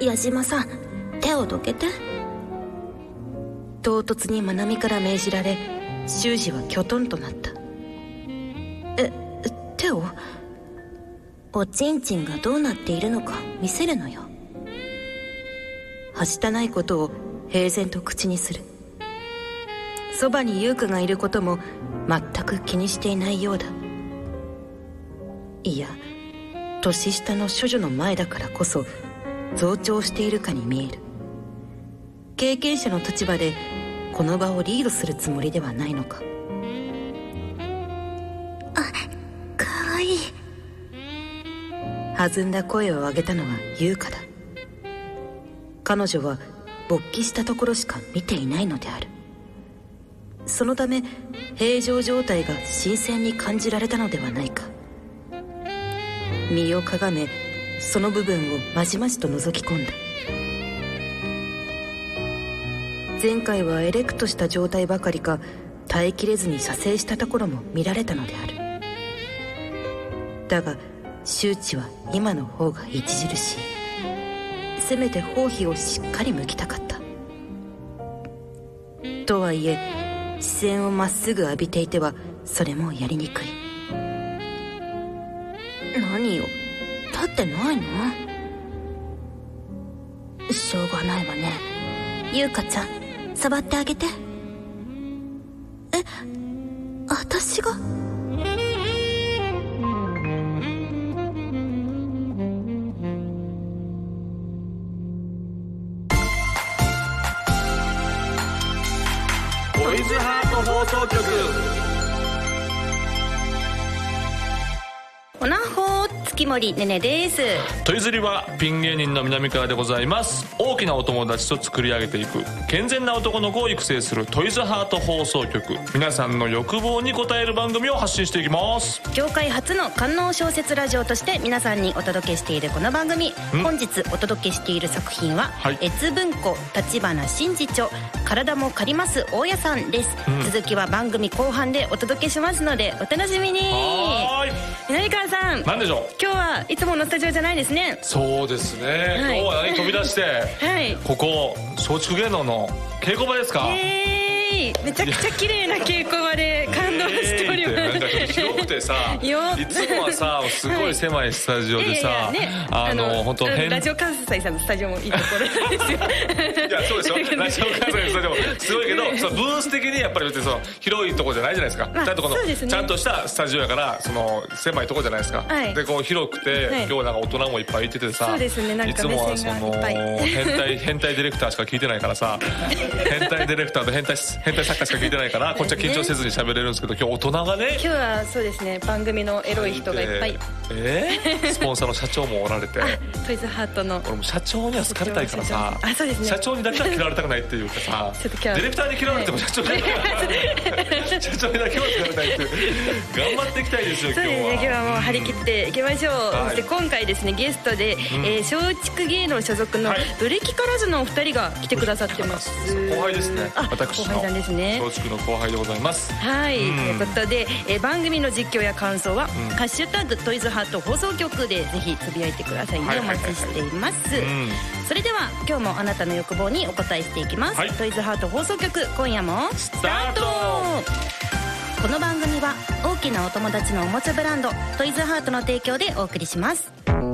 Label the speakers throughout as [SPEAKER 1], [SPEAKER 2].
[SPEAKER 1] 矢島さん手をどけて唐突に愛美から命じられ修二はきょとんとなったえ手をおちんちんがどうなっているのか見せるのよはしたないことを平然と口にするそばに優香がいることも全く気にしていないようだいや年下の処女の前だからこそ増長しているかに見える経験者の立場でこの場をリードするつもりではないのか
[SPEAKER 2] あかわいい
[SPEAKER 1] 弾んだ声を上げたのは優香だ彼女は勃起したところしか見ていないのであるそのため平常状態が新鮮に感じられたのではないか身をかがめその部分をまじまじと覗き込んだ前回はエレクトした状態ばかりか耐えきれずに射精したところも見られたのであるだが周知は今の方が著しいせめて包皮をしっかり剥きたかったとはいえ視線をまっすぐ浴びていてはそれもやりにくい何よ立ってないの
[SPEAKER 2] しょうがないわね優香ちゃん触ってあげてえ私が
[SPEAKER 3] トイズハート放送局
[SPEAKER 4] オナホ月森ねねです
[SPEAKER 5] トイズリはピン芸人の南川でございます大きなお友達と作り上げていく健全な男の子を育成するトイズハート放送局皆さんの欲望に応える番組を発信していきます
[SPEAKER 4] 業界初の官能小説ラジオとして皆さんにお届けしているこの番組本日お届けしている作品は「
[SPEAKER 5] はい
[SPEAKER 4] 越文庫立花真司著体も借ります大家さん」です、
[SPEAKER 5] うん
[SPEAKER 4] 続きは番組後半でお届けしますのでお楽しみに
[SPEAKER 5] は
[SPEAKER 4] 南川さん
[SPEAKER 5] ーい何でしょう
[SPEAKER 4] 今日はいつものスタジオじゃないですね
[SPEAKER 5] そうですね、
[SPEAKER 4] はい
[SPEAKER 5] 今日は何飛び出して
[SPEAKER 4] はい
[SPEAKER 5] ここ松竹芸能の稽古場ですか、
[SPEAKER 4] えー、めちゃくちゃ綺麗な稽古場で感動しております、
[SPEAKER 5] えーってなんかちょっと広くてさ
[SPEAKER 4] よ
[SPEAKER 5] いつも はさすごい狭いスタジオでさ、
[SPEAKER 4] いやいやいやね、
[SPEAKER 5] あの本当
[SPEAKER 4] うん
[SPEAKER 5] 変
[SPEAKER 4] ラジオ関西さんのスタジオもいいところなんですよ
[SPEAKER 5] いやそうですよラジオ関西のスタジオもすごいけどそのブース的にやっぱり別にその広いとこじゃないじゃないですか、
[SPEAKER 4] まあ
[SPEAKER 5] ちゃんとこの、
[SPEAKER 4] そうですね
[SPEAKER 5] ちゃんとしたスタジオやからその狭いとこじゃないですか、
[SPEAKER 4] はい
[SPEAKER 5] でこう広くて、
[SPEAKER 4] はい
[SPEAKER 5] 今日なんか大人もいっぱいいててさ
[SPEAKER 4] そうですねなんか
[SPEAKER 5] つもは
[SPEAKER 4] 目
[SPEAKER 5] そ
[SPEAKER 4] 線
[SPEAKER 5] の
[SPEAKER 4] がいっぱい
[SPEAKER 5] 変態変態ディレクターしか聞いてないか らさ変態ディレクターと変態変態作家しか聞いてないからこっちは緊張せずに喋れるんですけど今日大人がね
[SPEAKER 4] 今日はそうですね番組のエロい人がいっぱい
[SPEAKER 5] えースポンサーの社長もおられて
[SPEAKER 4] トイズハートの
[SPEAKER 5] 俺も社長には好かれたいからさ
[SPEAKER 4] あそうですね
[SPEAKER 5] 社長にだけは嫌われたくないっていうかさ
[SPEAKER 4] ちょっと今日
[SPEAKER 5] デ
[SPEAKER 4] は
[SPEAKER 5] ィレクターに嫌われても社長に 社長にだけは嫌われたいっていう頑張っていきたいですよ
[SPEAKER 4] そ
[SPEAKER 5] 今
[SPEAKER 4] うですね
[SPEAKER 5] 日
[SPEAKER 4] 今日は
[SPEAKER 5] は
[SPEAKER 4] もう張り切っていきましょう、
[SPEAKER 5] はい
[SPEAKER 4] そして今回ですねゲストで、えー松竹芸能所属の
[SPEAKER 5] はい
[SPEAKER 4] ブレキカラズのお二人が来てくださってます
[SPEAKER 5] 後輩ですね
[SPEAKER 4] あ
[SPEAKER 5] 私の
[SPEAKER 4] 後輩さんですね
[SPEAKER 5] 松竹の後輩でございます
[SPEAKER 4] はい、
[SPEAKER 5] うん
[SPEAKER 4] ということで、えー番組の実況や感想は「
[SPEAKER 5] ん
[SPEAKER 4] ハッシュタグトイズハート放送局」でぜひつぶやいてくださいね、
[SPEAKER 5] はい
[SPEAKER 4] お待ちしています、
[SPEAKER 5] うん
[SPEAKER 4] それでは今日もあなたの欲望にお答えしていきます、
[SPEAKER 5] はい
[SPEAKER 4] トイズハート放送局今夜もス
[SPEAKER 5] タート
[SPEAKER 4] この番組は大きなお友達のおもちゃブランドトイズハートの提供でお送りしますト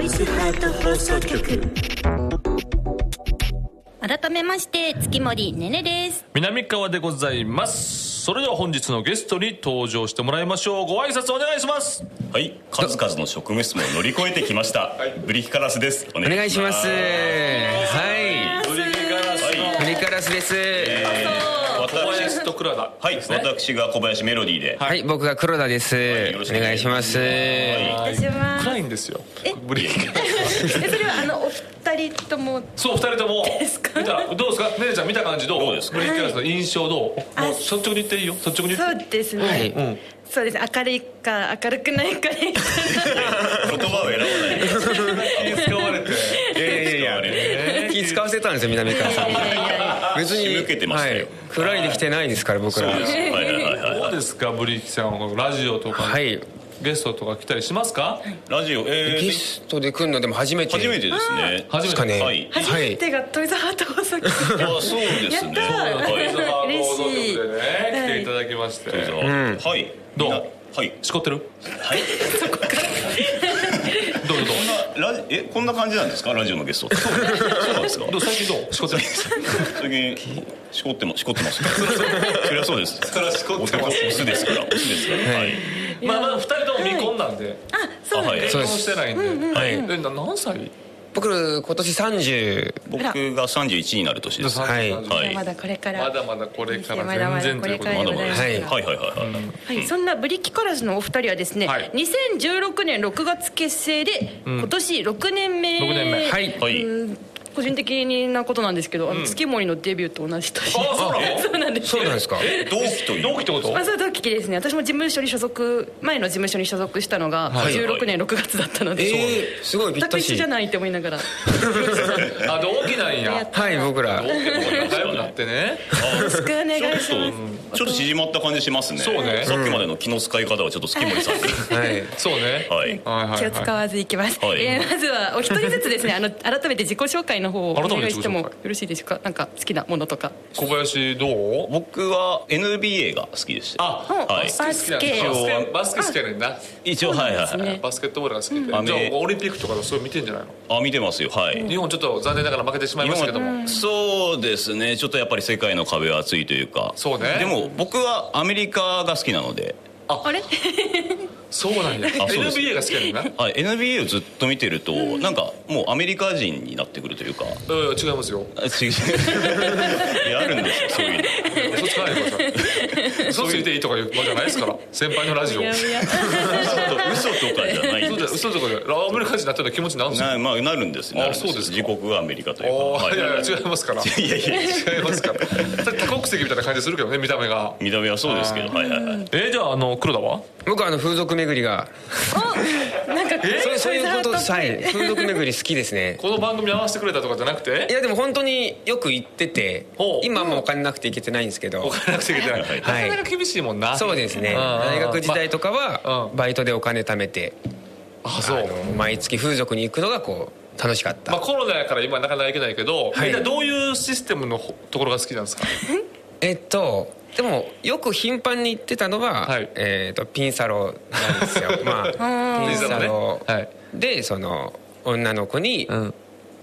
[SPEAKER 4] イズハート放送局改めまして月森ねねです
[SPEAKER 5] 南川でございますそれでは本日のゲストに登場してもらいましょうご挨拶お願いします
[SPEAKER 6] はい、数々の職務質問を乗り越えてきました。ブリヒカラスです。お
[SPEAKER 7] お願いします。は
[SPEAKER 5] ブリキガラスの
[SPEAKER 7] い。フリカラスです。
[SPEAKER 5] 小林
[SPEAKER 6] 私、
[SPEAKER 5] と倉田
[SPEAKER 6] はい、私が小林メロディーで。
[SPEAKER 7] はい、僕が黒田です。
[SPEAKER 6] よろし
[SPEAKER 7] お
[SPEAKER 6] くお
[SPEAKER 7] 願
[SPEAKER 6] 願
[SPEAKER 7] い
[SPEAKER 6] い
[SPEAKER 7] し
[SPEAKER 6] し
[SPEAKER 7] ま。
[SPEAKER 6] ますはい
[SPEAKER 4] 私は
[SPEAKER 5] 暗いんですよブリキガラス
[SPEAKER 4] えそれはあのお二人とも
[SPEAKER 5] そう二人とも
[SPEAKER 4] ですか
[SPEAKER 5] 見たどうですかねねちゃん見た感じどう
[SPEAKER 6] どうですか
[SPEAKER 5] ブリキガラスの印象どう、もう率直に言っていいよ率直に言っ
[SPEAKER 4] そう
[SPEAKER 5] て
[SPEAKER 4] ですね、
[SPEAKER 7] はい
[SPEAKER 4] そうですね明るいか明るくないかで
[SPEAKER 6] 言葉を選
[SPEAKER 5] 気使われて
[SPEAKER 6] ばない。いやい
[SPEAKER 7] や
[SPEAKER 6] やいや。
[SPEAKER 7] 気使わせたんですよ、南川さんに。別に。
[SPEAKER 6] 仕向けてましたよ
[SPEAKER 7] はい。暗いできてないですから、僕
[SPEAKER 6] そう
[SPEAKER 7] ら
[SPEAKER 6] で。す。はいはいはい
[SPEAKER 5] ど
[SPEAKER 6] は
[SPEAKER 5] うですかブリキさんこのラジオとか、
[SPEAKER 7] はい。
[SPEAKER 5] ゲストとか来たりしますか、
[SPEAKER 6] ラジオえ
[SPEAKER 7] ゲ
[SPEAKER 6] ー
[SPEAKER 7] ストで来るのでも初めて
[SPEAKER 6] 初めてですね
[SPEAKER 5] 初め
[SPEAKER 7] です
[SPEAKER 5] て
[SPEAKER 7] かね
[SPEAKER 6] はい
[SPEAKER 2] 初めてがトイズハート大阪
[SPEAKER 6] あそうですね
[SPEAKER 2] やったー
[SPEAKER 6] はい
[SPEAKER 2] 嬉しい
[SPEAKER 5] でね来ていただきまして、
[SPEAKER 6] じゃあはい
[SPEAKER 5] どう
[SPEAKER 6] みんなはい
[SPEAKER 5] しこってる
[SPEAKER 6] はい
[SPEAKER 5] どうぞどうぞ
[SPEAKER 6] こんなラジえこんな感じなんですかラジオのゲストってそうなんですか
[SPEAKER 5] どう最近どうしこってる
[SPEAKER 6] 最近しこってもしこってます そりゃそうです
[SPEAKER 5] そりゃしこってます
[SPEAKER 6] 男オスですからオスですからはい
[SPEAKER 5] まあまあ二人とも未婚なんで
[SPEAKER 6] あはい
[SPEAKER 5] 結
[SPEAKER 7] そう
[SPEAKER 5] 婚
[SPEAKER 7] です
[SPEAKER 5] してないんで、
[SPEAKER 7] はい
[SPEAKER 5] えな何歳
[SPEAKER 7] 僕今年30
[SPEAKER 6] 僕が31になる年ですは
[SPEAKER 7] はい
[SPEAKER 5] 30
[SPEAKER 6] い
[SPEAKER 2] ま
[SPEAKER 6] はい
[SPEAKER 2] だこれから
[SPEAKER 5] まだまだこれから
[SPEAKER 2] まだまだ
[SPEAKER 5] 全然
[SPEAKER 2] こと
[SPEAKER 5] いう
[SPEAKER 2] れ
[SPEAKER 5] こ
[SPEAKER 2] か
[SPEAKER 5] と
[SPEAKER 2] ら
[SPEAKER 5] で
[SPEAKER 2] でございます
[SPEAKER 7] はい
[SPEAKER 6] はいはいはいはい
[SPEAKER 2] はい、そんなブリキカラスのお二人はですね、
[SPEAKER 5] はい
[SPEAKER 2] 2016年6月結成で、今年6年目
[SPEAKER 5] 六年目
[SPEAKER 7] はい
[SPEAKER 6] はい
[SPEAKER 2] うん個人的なことなんですけど、あの月森のデビューと同じ年
[SPEAKER 5] あそうな の
[SPEAKER 2] そうなんです
[SPEAKER 7] そうなんですか
[SPEAKER 6] 同期という
[SPEAKER 5] 同期ってこと
[SPEAKER 2] まずは同期ですね私も事務所に所属前の事務所に所属したのが
[SPEAKER 6] い
[SPEAKER 2] 16年6月だったので、
[SPEAKER 7] えー、すごいぴっ
[SPEAKER 2] 全
[SPEAKER 7] た
[SPEAKER 2] く
[SPEAKER 7] し
[SPEAKER 2] 一緒じゃないって思いながら
[SPEAKER 5] あ同期なんや
[SPEAKER 7] はい僕ら
[SPEAKER 5] 同期も仲良くなってね
[SPEAKER 2] よろしくお願いします
[SPEAKER 6] ちょっとちょっと縮まった感じしますね
[SPEAKER 5] そうね
[SPEAKER 6] さっきまでの気の使い方はちょっと月森さんで
[SPEAKER 7] はい
[SPEAKER 5] そうね
[SPEAKER 6] はい
[SPEAKER 5] はいはいはい
[SPEAKER 2] 気を使わずいきます、
[SPEAKER 6] はい
[SPEAKER 2] えーまずはお一人ずつですねあの改めて自己紹介の方をお
[SPEAKER 5] 改め
[SPEAKER 2] 願
[SPEAKER 5] て
[SPEAKER 2] い
[SPEAKER 5] 自
[SPEAKER 2] し
[SPEAKER 5] 己紹介
[SPEAKER 2] てもよろしいでしょうかなんか好きなものとか
[SPEAKER 5] 小林どう
[SPEAKER 6] 僕は NBA が好きでした
[SPEAKER 5] あ
[SPEAKER 6] はい
[SPEAKER 5] バスケ好きなんだバスケバスケ好きやねんな
[SPEAKER 6] 一応はいはいはい
[SPEAKER 5] バスケットボールが好きで、
[SPEAKER 6] あね
[SPEAKER 5] じゃあオリンピックとかそういう見てんじゃないの
[SPEAKER 6] あ見てますよはい
[SPEAKER 5] 日本ちょっと残念ながら負けてしまいましたけども、
[SPEAKER 6] そうですねちょっとやっぱり世界の壁は厚いというか
[SPEAKER 5] そうね
[SPEAKER 6] でも僕はアメリカが好きなので
[SPEAKER 2] あれ
[SPEAKER 5] そうなんや
[SPEAKER 6] あそうです
[SPEAKER 5] NBA が好きやねんなう
[SPEAKER 6] あ NBA をずっと見てると、なんかもうアメリカ人になってくるとい うか
[SPEAKER 5] ん違いますよ
[SPEAKER 6] あ違ういやあるんですよそういうの
[SPEAKER 5] 嘘つかないでください嘘ついていいとか言う場じゃないですから先輩のラジオ
[SPEAKER 2] いやいや
[SPEAKER 6] 嘘と嘘とかじゃないん
[SPEAKER 5] 嘘じ
[SPEAKER 6] で
[SPEAKER 5] ゃ
[SPEAKER 6] す
[SPEAKER 5] 嘘とかでラーメルカ人になったような気持ちになるんですよ
[SPEAKER 6] なまあなるんですなるん
[SPEAKER 5] あそうですか
[SPEAKER 6] 自国がアメリカというか
[SPEAKER 5] おー
[SPEAKER 6] はい
[SPEAKER 5] いやいや違いますから
[SPEAKER 6] いやいや
[SPEAKER 5] 違いますからそれ多国籍みたいな感じするけどね見た目が
[SPEAKER 6] 見た目はそうですけどはいはいはい
[SPEAKER 5] えじゃああの黒田は
[SPEAKER 7] 僕はあの風俗巡りが
[SPEAKER 2] なんか
[SPEAKER 7] そうそういうことですはい風俗巡り好きですね
[SPEAKER 5] この番組に合わせてくれたとかじゃなく
[SPEAKER 7] い
[SPEAKER 5] て
[SPEAKER 7] やでも本当によく行ってて
[SPEAKER 5] ほう
[SPEAKER 7] 今はもうお金なくて行けてないんですけ
[SPEAKER 5] お
[SPEAKER 7] ど
[SPEAKER 5] 金なくていけないなかなか厳しいもんな
[SPEAKER 7] そうですね
[SPEAKER 5] ん
[SPEAKER 7] 大学時代とか
[SPEAKER 5] ま
[SPEAKER 7] は
[SPEAKER 5] うん
[SPEAKER 7] バイトでお金貯めて
[SPEAKER 5] あ
[SPEAKER 7] あ
[SPEAKER 5] そう
[SPEAKER 7] の毎月風俗に行くのがこう楽しかっ
[SPEAKER 5] まあ
[SPEAKER 7] た
[SPEAKER 5] コロナやから今なかなか行けないけど
[SPEAKER 7] は
[SPEAKER 5] み
[SPEAKER 7] い
[SPEAKER 5] んなどういうシステムのほところが好きなんですか
[SPEAKER 7] えっとでもよく頻繁に行ってたのは
[SPEAKER 5] はい
[SPEAKER 7] えっとピンサロなんで すよまあピンサ
[SPEAKER 5] ピ
[SPEAKER 7] ロ
[SPEAKER 5] ンサロねはい
[SPEAKER 7] でその女の子に
[SPEAKER 5] ん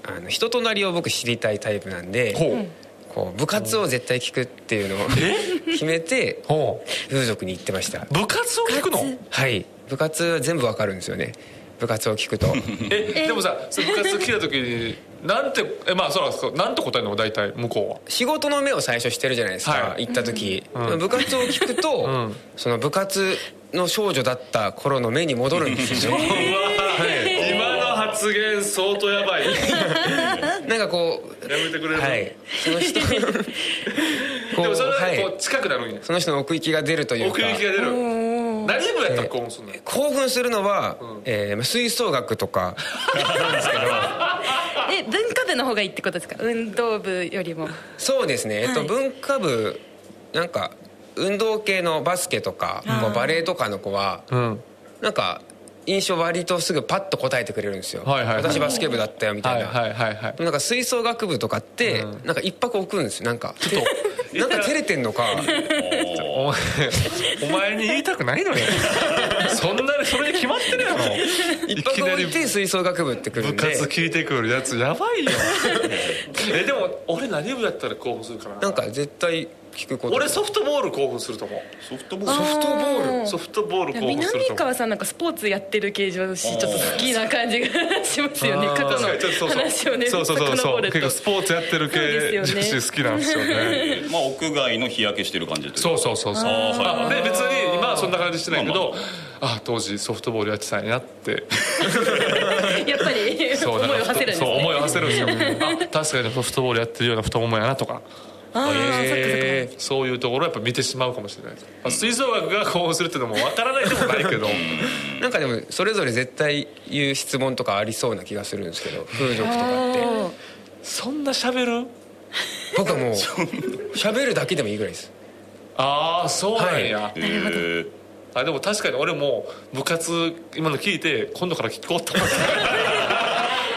[SPEAKER 7] あの人となりを僕知りたいタイプなん
[SPEAKER 5] ほ
[SPEAKER 7] で
[SPEAKER 5] う
[SPEAKER 7] こう部活を絶対聞くっていうのを 決めて
[SPEAKER 5] ほ
[SPEAKER 7] 風俗に行ってました
[SPEAKER 5] う部活を聞くの
[SPEAKER 7] はい部活は全部わかるんですよね部活を聞くと
[SPEAKER 5] えでもさその部活聞いた時に なんてえまあそうなんですけどなんて答えるの大体向こうは
[SPEAKER 7] 仕事の目を最初してるじゃないですか、
[SPEAKER 5] はい
[SPEAKER 7] 行った時、部活を聞く と、
[SPEAKER 5] ん
[SPEAKER 7] その部活の少女だった頃の目に戻るんです よ
[SPEAKER 5] 今の発言相当やば いや
[SPEAKER 7] なんかこう
[SPEAKER 5] めてくれる、
[SPEAKER 7] はいその人 こう
[SPEAKER 5] でもそれは
[SPEAKER 7] は
[SPEAKER 5] こ、
[SPEAKER 7] いう
[SPEAKER 5] 近くなるんや
[SPEAKER 7] その人の奥行きが出るという
[SPEAKER 5] 奥
[SPEAKER 7] か
[SPEAKER 5] 行きが出る何部やったら興奮するの
[SPEAKER 7] 興奮するのは、えー吹奏楽とか
[SPEAKER 2] え文化部の方がいいってことですか運動部よりも
[SPEAKER 7] そうですね、えっと、文化部なんか運動系のバスケとか、こうバレエとかの子は、
[SPEAKER 5] うん
[SPEAKER 7] なんか印象割とすぐパッと答えてくれるんですよ、
[SPEAKER 5] はいはいはい
[SPEAKER 7] 私バスケ部だったよみた
[SPEAKER 5] はいい
[SPEAKER 7] な、
[SPEAKER 5] はいはいはい
[SPEAKER 7] なんか吹奏楽部とかって、なんか一泊置くんですよなんか
[SPEAKER 5] ちょっ と
[SPEAKER 7] なんか照れてんのか
[SPEAKER 5] お前お前に言いたくないのよ そんなそれで決まってるやろ
[SPEAKER 7] 一泊置いて吹奏楽部ってくる
[SPEAKER 5] 部
[SPEAKER 7] んで
[SPEAKER 5] 活聞いてくるやつやばいよえでも俺何部やったら興奮するかな
[SPEAKER 7] なんか絶対聞くこと
[SPEAKER 5] 俺ソフトボール興奮すると思う
[SPEAKER 6] ソフトボール
[SPEAKER 7] ソフトボール
[SPEAKER 5] ソフトボール興奮する
[SPEAKER 2] 南
[SPEAKER 5] と思う
[SPEAKER 2] 川さんなんかスポーツやってる系女子ちょっと好きな感じがしますよね過去
[SPEAKER 5] 確かにちょっとそ
[SPEAKER 2] の
[SPEAKER 5] うそう
[SPEAKER 2] 話をね
[SPEAKER 5] そうそうそう
[SPEAKER 2] 遡
[SPEAKER 5] そう
[SPEAKER 2] ると
[SPEAKER 5] 結構スポーツやってる系
[SPEAKER 2] そうですよね
[SPEAKER 5] 女子好きなんですよね
[SPEAKER 6] まあ屋外の日焼けしてる感じというか
[SPEAKER 5] そうそうそうそう
[SPEAKER 6] あーはい
[SPEAKER 5] あで別に今はそんな感じしてないけど
[SPEAKER 6] ま
[SPEAKER 5] あ当時ソフトボールやってたんやって
[SPEAKER 2] やっぱり
[SPEAKER 5] そう
[SPEAKER 2] 思いを
[SPEAKER 5] だか
[SPEAKER 2] 馳せる
[SPEAKER 5] ら
[SPEAKER 2] んです
[SPEAKER 5] そう思い
[SPEAKER 2] ね
[SPEAKER 5] を馳せるんですよあ確かにソフトボールやってるような太ももやなとか
[SPEAKER 2] あーそっかそっか
[SPEAKER 7] えー
[SPEAKER 5] そういうところはやっぱ見てしまうかもしれないです、まあ、吹奏楽が興奮するっていうのもわからないでもない けど
[SPEAKER 7] なんかでもそれぞれ絶対言う質問とかありそうな気がするんですけど風俗とかって
[SPEAKER 5] そんな喋る
[SPEAKER 7] 僕はもう喋るだけでもいいぐらいです
[SPEAKER 5] ああそうなんや、
[SPEAKER 6] えー
[SPEAKER 5] あでも確かに俺も部活今の聞いて今度から聞こうと思って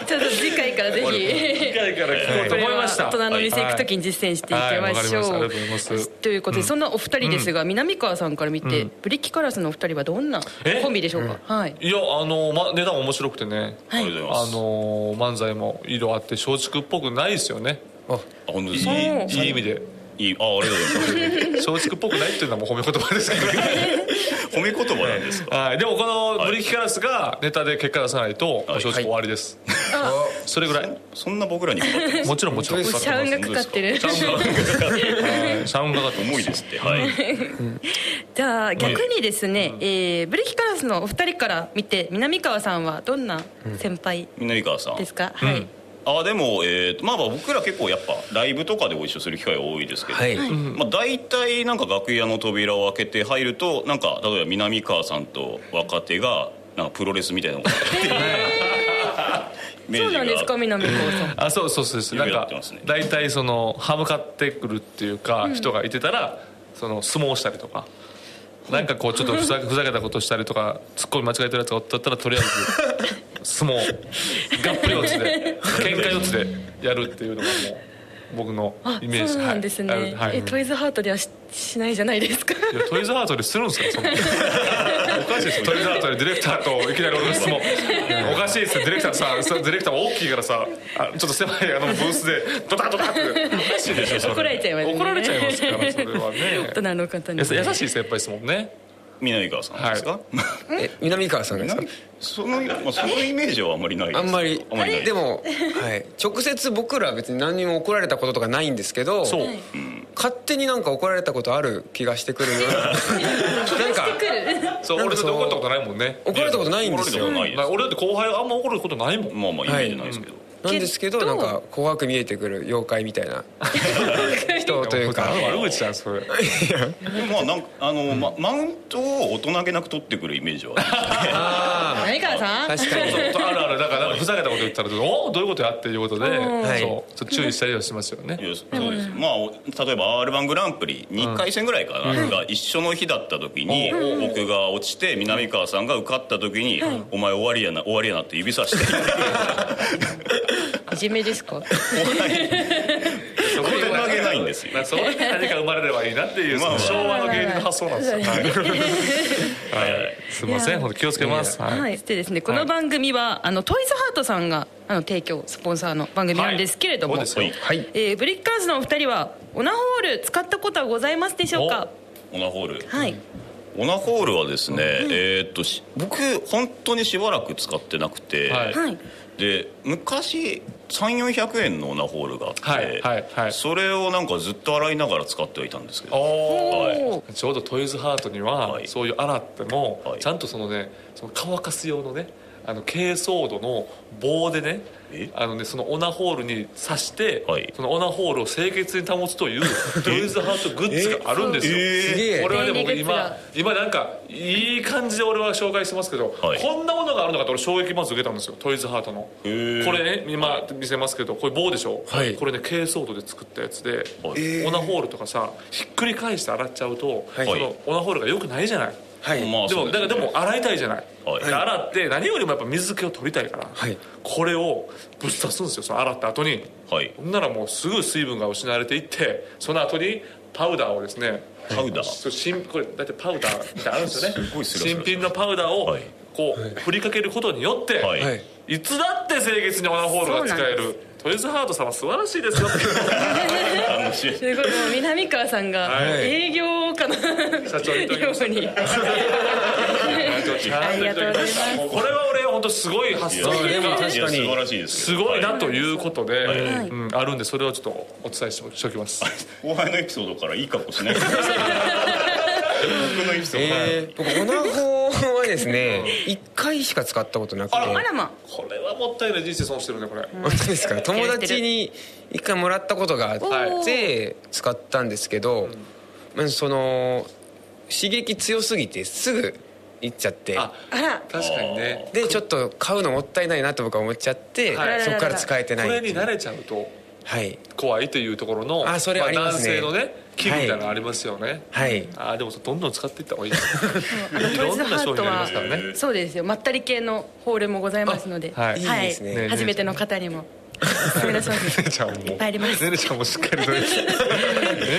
[SPEAKER 3] ちょっと次回からぜひ
[SPEAKER 5] 次回から聞こうと思いました
[SPEAKER 3] これは大人の店行くときに実践していきまし
[SPEAKER 5] はい
[SPEAKER 3] ょう、
[SPEAKER 5] はいわかりましたありがとうございます
[SPEAKER 3] ということで、そんなお二人ですが、南川さんから見て、ブリキカラスのお二人はどんな
[SPEAKER 5] え
[SPEAKER 3] コンビでしょうか、はい
[SPEAKER 5] いやあの、ま、値段面白くてね
[SPEAKER 6] ありがとうござい
[SPEAKER 5] あ
[SPEAKER 6] ます
[SPEAKER 5] の漫才も色あって松竹っぽくないですよね
[SPEAKER 6] あ本
[SPEAKER 5] い
[SPEAKER 6] 当で
[SPEAKER 5] い
[SPEAKER 6] す
[SPEAKER 5] い
[SPEAKER 6] ね
[SPEAKER 5] い意味で
[SPEAKER 6] いいあありがとうございます
[SPEAKER 5] 松竹っぽくないっていうのはもう褒め言葉ですけど
[SPEAKER 6] 褒め言葉なんですか
[SPEAKER 5] はい、でもこのブリキカラスがネタで結果出さないと、
[SPEAKER 6] はい
[SPEAKER 5] 正直終わりです、それぐらい
[SPEAKER 6] そんな僕らにかかってます
[SPEAKER 5] もちろんもち ろん
[SPEAKER 7] 本当
[SPEAKER 3] シャウンがかかってる
[SPEAKER 5] シャウンがはいシャウンがかかって
[SPEAKER 6] 重いですってはい
[SPEAKER 3] じゃあ逆にですね、えーブリキカラスのお二人から見て南川さんはどんな先輩
[SPEAKER 6] 南川さん
[SPEAKER 3] ですか、はい
[SPEAKER 6] あでも、えーとまあ、まあ僕ら結構やっぱライブとかでご一緒する機会が多いですけど、
[SPEAKER 7] はい
[SPEAKER 6] まあ、大体なんか楽屋の扉を開けて入るとなんか例えば南川さんと若手がなんかプロレスみたいなことやってる イメー
[SPEAKER 3] そう
[SPEAKER 6] ジが
[SPEAKER 3] なんですか南川さん
[SPEAKER 5] あそうそうそうですなん
[SPEAKER 6] 夢や
[SPEAKER 5] か
[SPEAKER 6] ってますね
[SPEAKER 5] 大体その歯向かってくるっていうか、人がいてたらその相撲したりとかなんかこうちょっとふ ざふざけたことしたりとかツッコミ間違えてるやつがおったったらとりあえず相撲がっぷり四つ で喧嘩四つでやるっていうのがもう僕の
[SPEAKER 3] あ
[SPEAKER 5] イメージ
[SPEAKER 3] そうなんですね、
[SPEAKER 5] はいはい
[SPEAKER 3] えトイズハートではししないじゃないですか
[SPEAKER 5] いやトイズハートでするんですかそんなおかしいですよトイズハートでディレクターといきなり俺の質問おかしいですよディレクターささディレクターも大きいからさあちょっと狭いあのブースでドタドタっておかしいでしょそれ
[SPEAKER 3] 怒られちゃいますね
[SPEAKER 5] 怒られちゃいますからそれはね
[SPEAKER 3] 大人の方に
[SPEAKER 5] やさ優しい先輩ですもんね
[SPEAKER 6] 南川さんですか、
[SPEAKER 7] え南川 さんですか
[SPEAKER 6] 南そのまあ、そのイメージはあんまりないです
[SPEAKER 7] あんまり
[SPEAKER 6] あんまりない
[SPEAKER 7] でも、はい、直接僕らは別に何にも怒られたこととかないんですけど
[SPEAKER 5] そう
[SPEAKER 7] 勝手になんか怒られたことある気がしてくるよう ななんか
[SPEAKER 5] そう
[SPEAKER 7] なん
[SPEAKER 5] 俺
[SPEAKER 7] か
[SPEAKER 5] だって
[SPEAKER 7] その
[SPEAKER 5] 怒ったことないもんね
[SPEAKER 7] 怒られたことないんですよ
[SPEAKER 6] 怒られたことないで
[SPEAKER 5] 俺だって後輩あんま怒ることないもん
[SPEAKER 6] すまあまあイメージないですけど、
[SPEAKER 7] なんですけ
[SPEAKER 3] け
[SPEAKER 7] ど
[SPEAKER 3] ど
[SPEAKER 7] なんか怖く見えてくる妖怪みたい な人というか
[SPEAKER 5] 悪口じゃんそれ
[SPEAKER 6] でもまあなんかあの、まマウントを大人げなく取ってくるイメージは
[SPEAKER 3] 南川さん
[SPEAKER 7] 確かに
[SPEAKER 5] そうそうあるあるだからなんかふざけたこと言ったらおどういうことやっていうことで、
[SPEAKER 7] い
[SPEAKER 5] そうちょっと注意したりはしますよね
[SPEAKER 6] いやそうですまあお例えば r 1グランプリ2回戦ぐらいかな、が一緒の日だった時に、僕が落ちて南川さんが受かった時に「お前終わりやな終わりやな」って指さして
[SPEAKER 3] いじめですか
[SPEAKER 5] そこ
[SPEAKER 6] これ投げないんですよ
[SPEAKER 5] まあ、そこで何か生まれればいいなっていう、
[SPEAKER 6] まあまあ
[SPEAKER 5] その昭和の芸人の発想なんですよ。はい、はい、すみません、本当気をつけます。はい
[SPEAKER 3] はい、そしてですねこの番組は、あのトイズハートさんがあの提供スポンサーの番組なんですけれども、
[SPEAKER 5] はいそうですよ
[SPEAKER 7] はい
[SPEAKER 3] えーブリッカーズのお二人はオナホール使ったことはございますでしょうか
[SPEAKER 6] オナホール
[SPEAKER 3] はい
[SPEAKER 6] オナホールはですね、えーっとし僕本当にしばらく使ってなくて、
[SPEAKER 5] はい
[SPEAKER 3] はい
[SPEAKER 6] で昔3400円のオナホールがあって、
[SPEAKER 5] はいはいはい
[SPEAKER 6] それをなんかずっと洗いながら使ってはいたんですけど
[SPEAKER 5] お
[SPEAKER 3] お
[SPEAKER 5] ーちょうどトイズハートには、
[SPEAKER 6] はい
[SPEAKER 5] そういう洗っても、
[SPEAKER 6] はい
[SPEAKER 5] ちゃんとそのねその乾かす用のねあの珪藻土の棒でね
[SPEAKER 6] え
[SPEAKER 5] あのねそのオナホールに刺して、
[SPEAKER 6] はい
[SPEAKER 5] そのオナホールを清潔に保つというトイズハートグッズがあるんですよ、
[SPEAKER 6] え
[SPEAKER 7] すげえ
[SPEAKER 5] これはね
[SPEAKER 3] 便利
[SPEAKER 5] 僕
[SPEAKER 3] グッズだ
[SPEAKER 5] 今今なんかいい感じで俺は紹介してますけど、
[SPEAKER 6] はい
[SPEAKER 5] こんなものがあるのかって俺衝撃まず受けたんですよトイズハートのこ
[SPEAKER 6] へえ
[SPEAKER 5] れね今見せますけどこれ棒でしょ、
[SPEAKER 7] はい
[SPEAKER 5] これね珪藻土で作ったやつで、
[SPEAKER 6] はい
[SPEAKER 5] オナホールとかさひっくり返して洗っちゃうと、
[SPEAKER 7] はい
[SPEAKER 5] そのオナホールが良くないじゃない
[SPEAKER 7] はい、
[SPEAKER 6] まあ
[SPEAKER 5] で
[SPEAKER 6] そ
[SPEAKER 5] も
[SPEAKER 6] う
[SPEAKER 5] だか
[SPEAKER 6] すね
[SPEAKER 5] らでも洗いたいじゃない、
[SPEAKER 6] はい
[SPEAKER 5] で洗って何よりもやっぱ水気を取りたいから、
[SPEAKER 7] はい
[SPEAKER 5] これをぶっ刺すんですよその洗った後に
[SPEAKER 6] はい
[SPEAKER 5] ほんならもうすぐ水分が失われていってその後にパウダーをですね
[SPEAKER 6] パウダー
[SPEAKER 5] そう新これだってパウダーみたいなのあるんですよ ね
[SPEAKER 6] すごいスラスラ
[SPEAKER 5] 新品のパウダーを
[SPEAKER 6] はい
[SPEAKER 5] こう振りかけることによって、、
[SPEAKER 6] はいい、
[SPEAKER 7] はい
[SPEAKER 5] つだって清潔にオナホールが使えるトイズハート様素晴らしいですよ
[SPEAKER 6] 楽しい
[SPEAKER 3] ということでもう南川さんが
[SPEAKER 5] はい
[SPEAKER 3] 営業かな、
[SPEAKER 5] 社長言っときました
[SPEAKER 3] ように
[SPEAKER 5] あ
[SPEAKER 3] りがとうございます
[SPEAKER 5] これは俺本当すごい発想というか
[SPEAKER 7] 確かに
[SPEAKER 6] いや素晴らしいです
[SPEAKER 5] す
[SPEAKER 6] けど
[SPEAKER 5] ごい
[SPEAKER 6] は
[SPEAKER 5] なということで、
[SPEAKER 6] はい
[SPEAKER 5] うん、あるんでそれをちょっとお伝えしておきます
[SPEAKER 6] 後輩のエピソードからいい格好しないでください僕のエピソード、
[SPEAKER 7] えー、僕オナホはですね1回しか使ったことなくて
[SPEAKER 3] あらま
[SPEAKER 5] これはもったいない人生損してるねこれ、
[SPEAKER 7] 本当ですか友達に一回もらったことがあって使ったんですけど、まあその刺激強すぎてすぐ行っちゃって
[SPEAKER 5] あ
[SPEAKER 3] あら
[SPEAKER 5] 確かにね
[SPEAKER 7] でちょっと買うのもったいないなと僕は思っちゃって、
[SPEAKER 5] はい
[SPEAKER 7] そこから使えて
[SPEAKER 5] こ
[SPEAKER 7] な
[SPEAKER 5] れ
[SPEAKER 7] い
[SPEAKER 5] に慣れちゃうと
[SPEAKER 7] はい
[SPEAKER 5] 怖いというところの
[SPEAKER 7] あそれあります
[SPEAKER 5] 男性
[SPEAKER 7] ね
[SPEAKER 5] のね気みたいなのありますよね、
[SPEAKER 7] はい
[SPEAKER 5] あーでもそれどんどん使っていった方がいい
[SPEAKER 3] あの
[SPEAKER 5] い
[SPEAKER 3] トイ
[SPEAKER 5] ろ
[SPEAKER 3] ズ
[SPEAKER 5] んな
[SPEAKER 3] ハ
[SPEAKER 5] 商品
[SPEAKER 3] ート
[SPEAKER 5] ありま
[SPEAKER 3] は
[SPEAKER 5] すからね
[SPEAKER 3] そうですよまったり系のホールもございますので
[SPEAKER 5] あ
[SPEAKER 3] は
[SPEAKER 5] はい
[SPEAKER 7] いいですねね
[SPEAKER 3] 初めての方にもおすすめの商品
[SPEAKER 5] ねねちゃんも
[SPEAKER 3] いっぱいあります
[SPEAKER 5] ねねちゃんもしっかりとねねね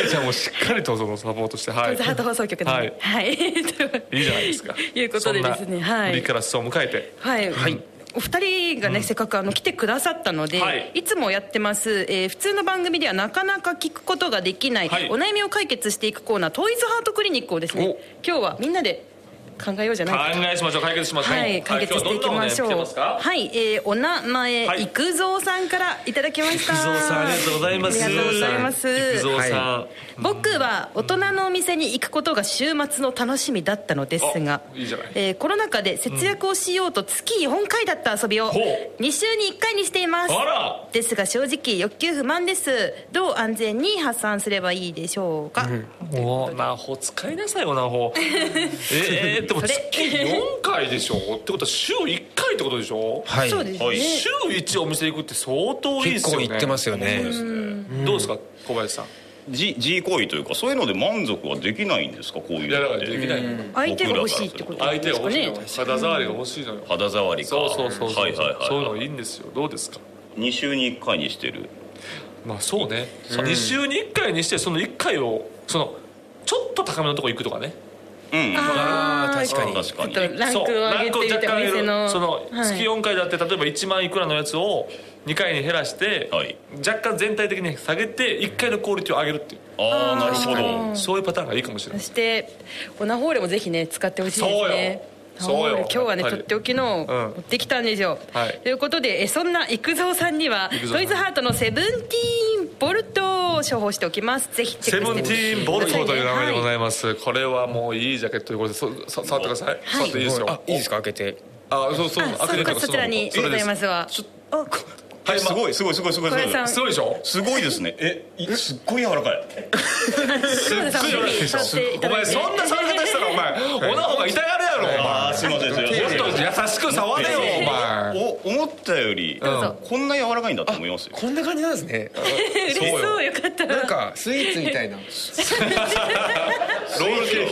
[SPEAKER 5] ちゃんもしっかりとそのサポートしては
[SPEAKER 3] ト
[SPEAKER 5] い
[SPEAKER 3] イズハート放送局の
[SPEAKER 5] は
[SPEAKER 3] はいい、は
[SPEAKER 5] い
[SPEAKER 3] い、い
[SPEAKER 5] いじゃないですか
[SPEAKER 3] いうことでですね
[SPEAKER 5] そんな
[SPEAKER 3] は
[SPEAKER 5] ブリ
[SPEAKER 3] い
[SPEAKER 5] カラスを迎えて
[SPEAKER 3] はい、お二人がね、せっかくあの来てくださったので、
[SPEAKER 5] はい
[SPEAKER 3] い、つもやってます、えー普通の番組ではなかなか聞くことができない、
[SPEAKER 5] はい
[SPEAKER 3] お悩みを解決していくコーナートイズハートクリニックをですね
[SPEAKER 5] お
[SPEAKER 3] 今日はみんなで考えようじゃない
[SPEAKER 5] 考
[SPEAKER 3] かと
[SPEAKER 5] えしましょう解決しましょう
[SPEAKER 3] はい、解決していきましょ
[SPEAKER 5] 今
[SPEAKER 3] う。
[SPEAKER 5] 日はどんなお悩み来てますか
[SPEAKER 3] はい、えー、お名前、
[SPEAKER 5] はい
[SPEAKER 3] 育三さんからいただきました。
[SPEAKER 5] 育三さんありがとうございます
[SPEAKER 3] ありがとうございます。
[SPEAKER 5] 育三さん
[SPEAKER 3] 僕は大人のお店に行くことが週末の楽しみだったのですが
[SPEAKER 5] あいいじゃない
[SPEAKER 3] えーコロナ禍で節約をしようと月4回だった遊びを
[SPEAKER 5] ほう
[SPEAKER 3] 2週に1回にしています
[SPEAKER 5] あら
[SPEAKER 3] ですが正直欲求不満ですどう安全に発散すればいいでしょうか、
[SPEAKER 5] おナホ使いなさいおナ ホえー、でも
[SPEAKER 3] そ
[SPEAKER 5] 月
[SPEAKER 3] れ
[SPEAKER 5] 4回でしょってことは週1回ってことでしょ
[SPEAKER 7] はい
[SPEAKER 3] そうですね、
[SPEAKER 6] はい
[SPEAKER 5] 週1お店行くって相当いいで
[SPEAKER 7] 結
[SPEAKER 5] すよ
[SPEAKER 7] 構
[SPEAKER 5] ね
[SPEAKER 7] 行ってますよね
[SPEAKER 5] どうですか小林さん
[SPEAKER 6] 自自行為というかそういうので満足はできないんですかこういう
[SPEAKER 5] いやだか
[SPEAKER 6] のっ
[SPEAKER 5] らでき
[SPEAKER 6] て
[SPEAKER 5] ない
[SPEAKER 3] 相手が欲しいってこと
[SPEAKER 5] 相手が欲しいの
[SPEAKER 3] で
[SPEAKER 5] よ肌触りが欲しいのよ
[SPEAKER 6] 肌触りか
[SPEAKER 5] そうそうそうそう、
[SPEAKER 6] はいはいはい
[SPEAKER 5] そういうのがいいんですよどうですか
[SPEAKER 6] 2週に1回にしてる
[SPEAKER 5] まあそうね、2週に1回にしてその1回をそのちょっと高めのとこ行くとかね
[SPEAKER 6] うん
[SPEAKER 7] あー確かに
[SPEAKER 6] 確かに
[SPEAKER 3] ちょっとランクを上げて
[SPEAKER 5] そう
[SPEAKER 3] みたお
[SPEAKER 5] ランクを
[SPEAKER 3] 店の
[SPEAKER 5] その
[SPEAKER 3] はい
[SPEAKER 5] 月4回だって例えば1万いくらのやつを2回に減らして、
[SPEAKER 6] はい
[SPEAKER 5] 若干全体的に下げて1回のクオリティを上げるっていう、
[SPEAKER 6] ああなるほど
[SPEAKER 5] そういうパターンがいいかもしれな
[SPEAKER 3] そ
[SPEAKER 5] い
[SPEAKER 3] してオナホールもぜひね使ってほしいですね
[SPEAKER 5] そうよそうよ
[SPEAKER 3] オナホール今日はね
[SPEAKER 5] やっぱ
[SPEAKER 3] と
[SPEAKER 5] り
[SPEAKER 3] っておきのを
[SPEAKER 5] うん
[SPEAKER 3] 持ってきたんですよ、
[SPEAKER 5] はい
[SPEAKER 3] ということでえそんな育三さんには
[SPEAKER 5] 育三さん
[SPEAKER 3] トイズハートのセブンティーンボルトを処方しておきますぜひチェ
[SPEAKER 5] セ
[SPEAKER 3] ック
[SPEAKER 5] ブ
[SPEAKER 3] して
[SPEAKER 5] ンテ
[SPEAKER 3] みて
[SPEAKER 5] ィーンボルトという名前でご
[SPEAKER 3] は
[SPEAKER 5] ざいます、これはもういいジャケットということでそそ触ってください、触っていいですよ
[SPEAKER 7] あいいですか開けて
[SPEAKER 5] あそうそう
[SPEAKER 3] あそ
[SPEAKER 5] 開けて
[SPEAKER 3] うか
[SPEAKER 5] る
[SPEAKER 3] そちらに
[SPEAKER 5] それ
[SPEAKER 3] ござ
[SPEAKER 5] で
[SPEAKER 3] い
[SPEAKER 5] す
[SPEAKER 3] ますは
[SPEAKER 6] はいすごいすごいすごいすごいすご
[SPEAKER 3] 小林さ
[SPEAKER 6] い
[SPEAKER 3] ん
[SPEAKER 5] すごいでしょ
[SPEAKER 6] すごいですねえいすっごい柔らかい
[SPEAKER 5] すっごい柔らかいでしょ
[SPEAKER 3] 触ってい
[SPEAKER 5] お
[SPEAKER 3] ただ
[SPEAKER 5] 前
[SPEAKER 3] いて
[SPEAKER 5] そんな触り方したらお前おなほが痛がるやろお前
[SPEAKER 6] ああすいませんすいません
[SPEAKER 5] もっと優しく触れよお前
[SPEAKER 6] お思ったより
[SPEAKER 5] うぞ
[SPEAKER 6] こんな柔らかいんだって思いますよ
[SPEAKER 7] こんな感じなんですね
[SPEAKER 5] そうよ
[SPEAKER 3] そうよかった
[SPEAKER 7] なんかスイーツみたいな
[SPEAKER 5] ロールケーキ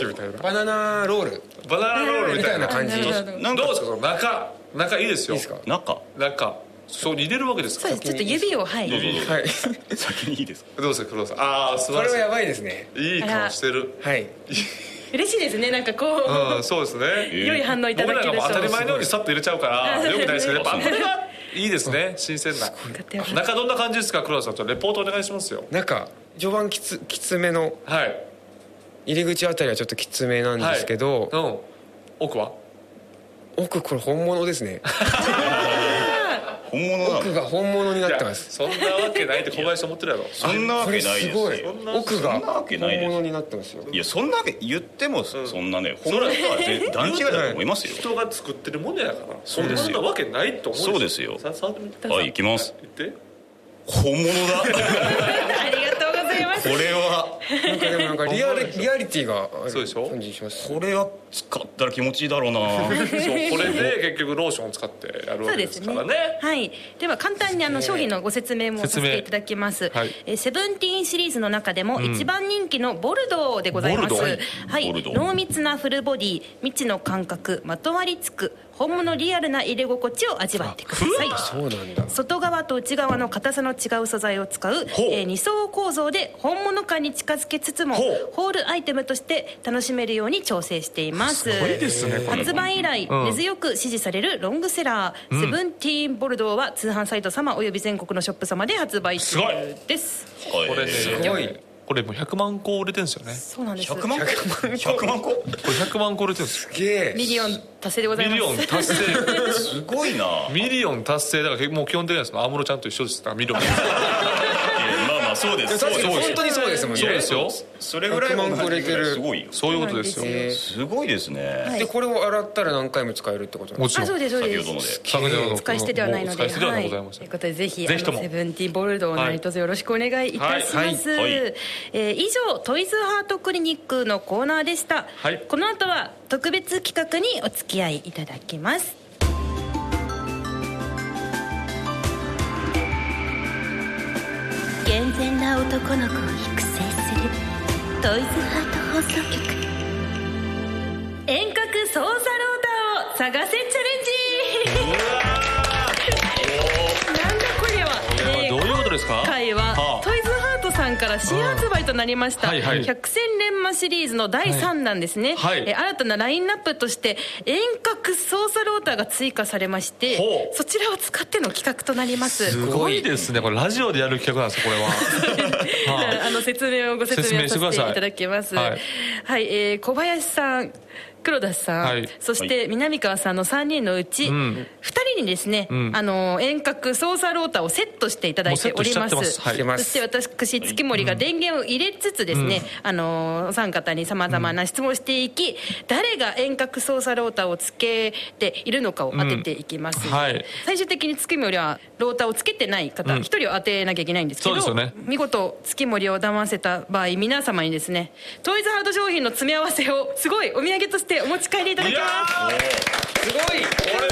[SPEAKER 5] みたいな
[SPEAKER 7] バナナロール
[SPEAKER 5] バナナロールみ
[SPEAKER 7] み
[SPEAKER 5] た
[SPEAKER 7] た
[SPEAKER 5] い
[SPEAKER 7] い
[SPEAKER 5] な
[SPEAKER 7] な感じ
[SPEAKER 3] なるほど
[SPEAKER 7] い
[SPEAKER 6] なん
[SPEAKER 5] どう
[SPEAKER 6] か
[SPEAKER 5] ですかその中中いいですよ
[SPEAKER 7] いですか
[SPEAKER 6] 中
[SPEAKER 5] 中そう入れるわけですか
[SPEAKER 3] そうですちょっと指をはい
[SPEAKER 6] どうぞどうぞ
[SPEAKER 7] はい
[SPEAKER 6] 先にいいですか
[SPEAKER 5] どうですか黒田さんああ素
[SPEAKER 7] こ
[SPEAKER 5] 晴
[SPEAKER 7] れはや
[SPEAKER 5] ら
[SPEAKER 7] ばいですね
[SPEAKER 5] しいいい顔してる
[SPEAKER 7] はい
[SPEAKER 3] 嬉しいですねなんかこ
[SPEAKER 5] う
[SPEAKER 3] うん
[SPEAKER 5] そうですね
[SPEAKER 3] 良い反応いた
[SPEAKER 5] 僕
[SPEAKER 3] だ
[SPEAKER 5] ら
[SPEAKER 3] け
[SPEAKER 5] がもう
[SPEAKER 3] ると
[SPEAKER 5] 当たり前のようにさっと入れちゃうからよくないですけどやっぱ
[SPEAKER 6] そう
[SPEAKER 5] これがいいですね新鮮な
[SPEAKER 3] ってよかっ
[SPEAKER 5] 中どんな感じですか黒田さんちょっとレポートお願いしますよ
[SPEAKER 7] なんか序盤きつきつめの
[SPEAKER 5] はい
[SPEAKER 7] 入り口あたりはちょっときつめなんですけど、
[SPEAKER 5] はいうん奥は
[SPEAKER 7] 奥これ本物ですね
[SPEAKER 6] 本物なの
[SPEAKER 7] 奥が本物になってます
[SPEAKER 5] そんなわけないって小林思ってる やろ
[SPEAKER 6] そんなわ
[SPEAKER 7] こ
[SPEAKER 6] け
[SPEAKER 7] れ
[SPEAKER 6] ない
[SPEAKER 7] す
[SPEAKER 6] です
[SPEAKER 7] ご
[SPEAKER 6] よ
[SPEAKER 7] い
[SPEAKER 5] んな
[SPEAKER 7] 奥が
[SPEAKER 6] そんなわけ
[SPEAKER 7] 本
[SPEAKER 6] ないです
[SPEAKER 7] 物になってますよ
[SPEAKER 6] いやそんなわけ言ってもそんなね本物とは全段違いだと思いますよ
[SPEAKER 5] 人が作ってるものやからそ
[SPEAKER 6] うんですよ
[SPEAKER 5] なわけないと思う
[SPEAKER 6] そうですよ
[SPEAKER 5] さ触ってみて
[SPEAKER 6] はい行きます
[SPEAKER 5] 言って
[SPEAKER 6] 本物だ
[SPEAKER 3] ありがとうございま
[SPEAKER 6] こ
[SPEAKER 3] す
[SPEAKER 6] れは
[SPEAKER 7] なんかでもなんかリ アリリアリティがあ
[SPEAKER 5] そうで
[SPEAKER 7] る
[SPEAKER 5] しょ
[SPEAKER 7] 感じします
[SPEAKER 6] これは使ったら気持ちいいだろうな
[SPEAKER 5] そうこれで結局ローションを使ってやるわ
[SPEAKER 3] そう
[SPEAKER 5] け
[SPEAKER 3] で
[SPEAKER 5] ですす
[SPEAKER 3] ね
[SPEAKER 5] からね
[SPEAKER 3] はい、では簡単にあの商品のご説明もさせていただきます
[SPEAKER 5] 明はい
[SPEAKER 3] えーセブンティーンシリーズの中でも一番人気のボルドーでございます、
[SPEAKER 5] ボル
[SPEAKER 3] は
[SPEAKER 6] ボ
[SPEAKER 3] い
[SPEAKER 6] ルドー
[SPEAKER 3] 濃密なフルボディ未知の感覚まとわりつく本物リアルな入れ心地を味わってください
[SPEAKER 7] そうなんだ
[SPEAKER 3] 外側と内側の硬さの違う素材を使う、
[SPEAKER 5] う
[SPEAKER 3] えー二層構造で本物感に近づけつつも
[SPEAKER 5] ほう
[SPEAKER 3] ホールアイテムとして楽しめるように調整しています
[SPEAKER 5] すごいですねこれ
[SPEAKER 3] 発売以来
[SPEAKER 5] ん
[SPEAKER 3] 根強く支持されるロングセラー「セブンティーンボルドー」は通販サイト様および全国のショップ様で発売中
[SPEAKER 5] ごい
[SPEAKER 3] です
[SPEAKER 6] はい
[SPEAKER 5] これね
[SPEAKER 7] すごい
[SPEAKER 5] これもう100万個売れてるんですよね
[SPEAKER 3] そうなんです
[SPEAKER 6] 100万個100万個
[SPEAKER 5] これ100万個売れてるんです
[SPEAKER 7] すげえ
[SPEAKER 3] ミリオン達成でござい
[SPEAKER 5] ミ
[SPEAKER 3] ま
[SPEAKER 5] リ
[SPEAKER 3] す
[SPEAKER 5] オン達成
[SPEAKER 6] すごいな
[SPEAKER 5] ミリオン達成だから結構もう基本的にはその安室ちゃんと一緒ですだからミリ オン
[SPEAKER 6] まあまあそうです
[SPEAKER 7] 確かに
[SPEAKER 6] そうです
[SPEAKER 7] 本当にそうですもんね
[SPEAKER 5] そうですよ
[SPEAKER 6] それぐらい
[SPEAKER 7] 100万個売れてる
[SPEAKER 6] すごいよ
[SPEAKER 5] そういうことですよ
[SPEAKER 7] えー
[SPEAKER 6] すごいですね
[SPEAKER 7] でこれを洗ったら何回も使えるってことなん
[SPEAKER 5] も
[SPEAKER 7] で
[SPEAKER 5] ち ろ
[SPEAKER 3] あ
[SPEAKER 5] ん
[SPEAKER 3] そうですそう
[SPEAKER 6] 先
[SPEAKER 3] で
[SPEAKER 6] ほどのです
[SPEAKER 5] 削除の
[SPEAKER 3] 使い捨てではないので
[SPEAKER 5] もう使い捨てではな
[SPEAKER 3] はい
[SPEAKER 5] ございませ
[SPEAKER 3] と
[SPEAKER 5] ん
[SPEAKER 3] いうことでぜひ
[SPEAKER 5] ぜひとも
[SPEAKER 3] あのセブンティーンボルドを何卒よろしくお願いいたします、
[SPEAKER 6] はいはいはい
[SPEAKER 3] えー以上トイズハートクリニックのコーナーでした、
[SPEAKER 5] はい
[SPEAKER 3] この後は特別企画にお付き合いいただきます
[SPEAKER 2] 健全な男の子を育成するトイズハート放送局
[SPEAKER 3] 遠隔操作ローターを探せチャレンジなんだこれは
[SPEAKER 5] これ
[SPEAKER 3] えー
[SPEAKER 5] どういうことですか
[SPEAKER 3] 今回
[SPEAKER 5] は
[SPEAKER 3] は
[SPEAKER 5] あ
[SPEAKER 3] トイズハートさんから新発売となりました
[SPEAKER 5] はいはい
[SPEAKER 3] 百戦錬磨シリーズの第3弾ですね、
[SPEAKER 5] はいはい
[SPEAKER 3] えー新たなラインナップとして遠隔操作ローターが追加されまして
[SPEAKER 5] ほう
[SPEAKER 3] そちらを使っての企画となります
[SPEAKER 5] すごいですねこれラジオでやる企画なんですこれははい
[SPEAKER 3] あの説明をご説明をさせていただきます。
[SPEAKER 5] 説明してく
[SPEAKER 3] は
[SPEAKER 5] だ
[SPEAKER 3] い、えー小林さん。黒田さん、
[SPEAKER 5] はい
[SPEAKER 3] そして南川さんの3人のうち、
[SPEAKER 5] ん
[SPEAKER 3] 2人にですね、
[SPEAKER 5] ん
[SPEAKER 3] あの遠隔操作ローターをセットしていただいております
[SPEAKER 5] もうセットしちゃってますはい
[SPEAKER 7] してます
[SPEAKER 3] そして私月森が電源を入れつつですね、あのお三方にさまざまな質問をしていき、誰が遠隔操作ローターをつけているのかを当てていきます、
[SPEAKER 5] うんはい
[SPEAKER 3] 最終的に月森はローターをつけてない方1人を当てなきゃいけないんですけど、
[SPEAKER 5] そうですよね
[SPEAKER 3] 見事月森を騙せた場合皆様にですねトイズハード商品の詰め合わせをすごいお土産としてお持ち帰りいただ
[SPEAKER 5] い
[SPEAKER 3] き
[SPEAKER 5] や
[SPEAKER 3] ま
[SPEAKER 5] ー
[SPEAKER 7] すごい
[SPEAKER 5] これ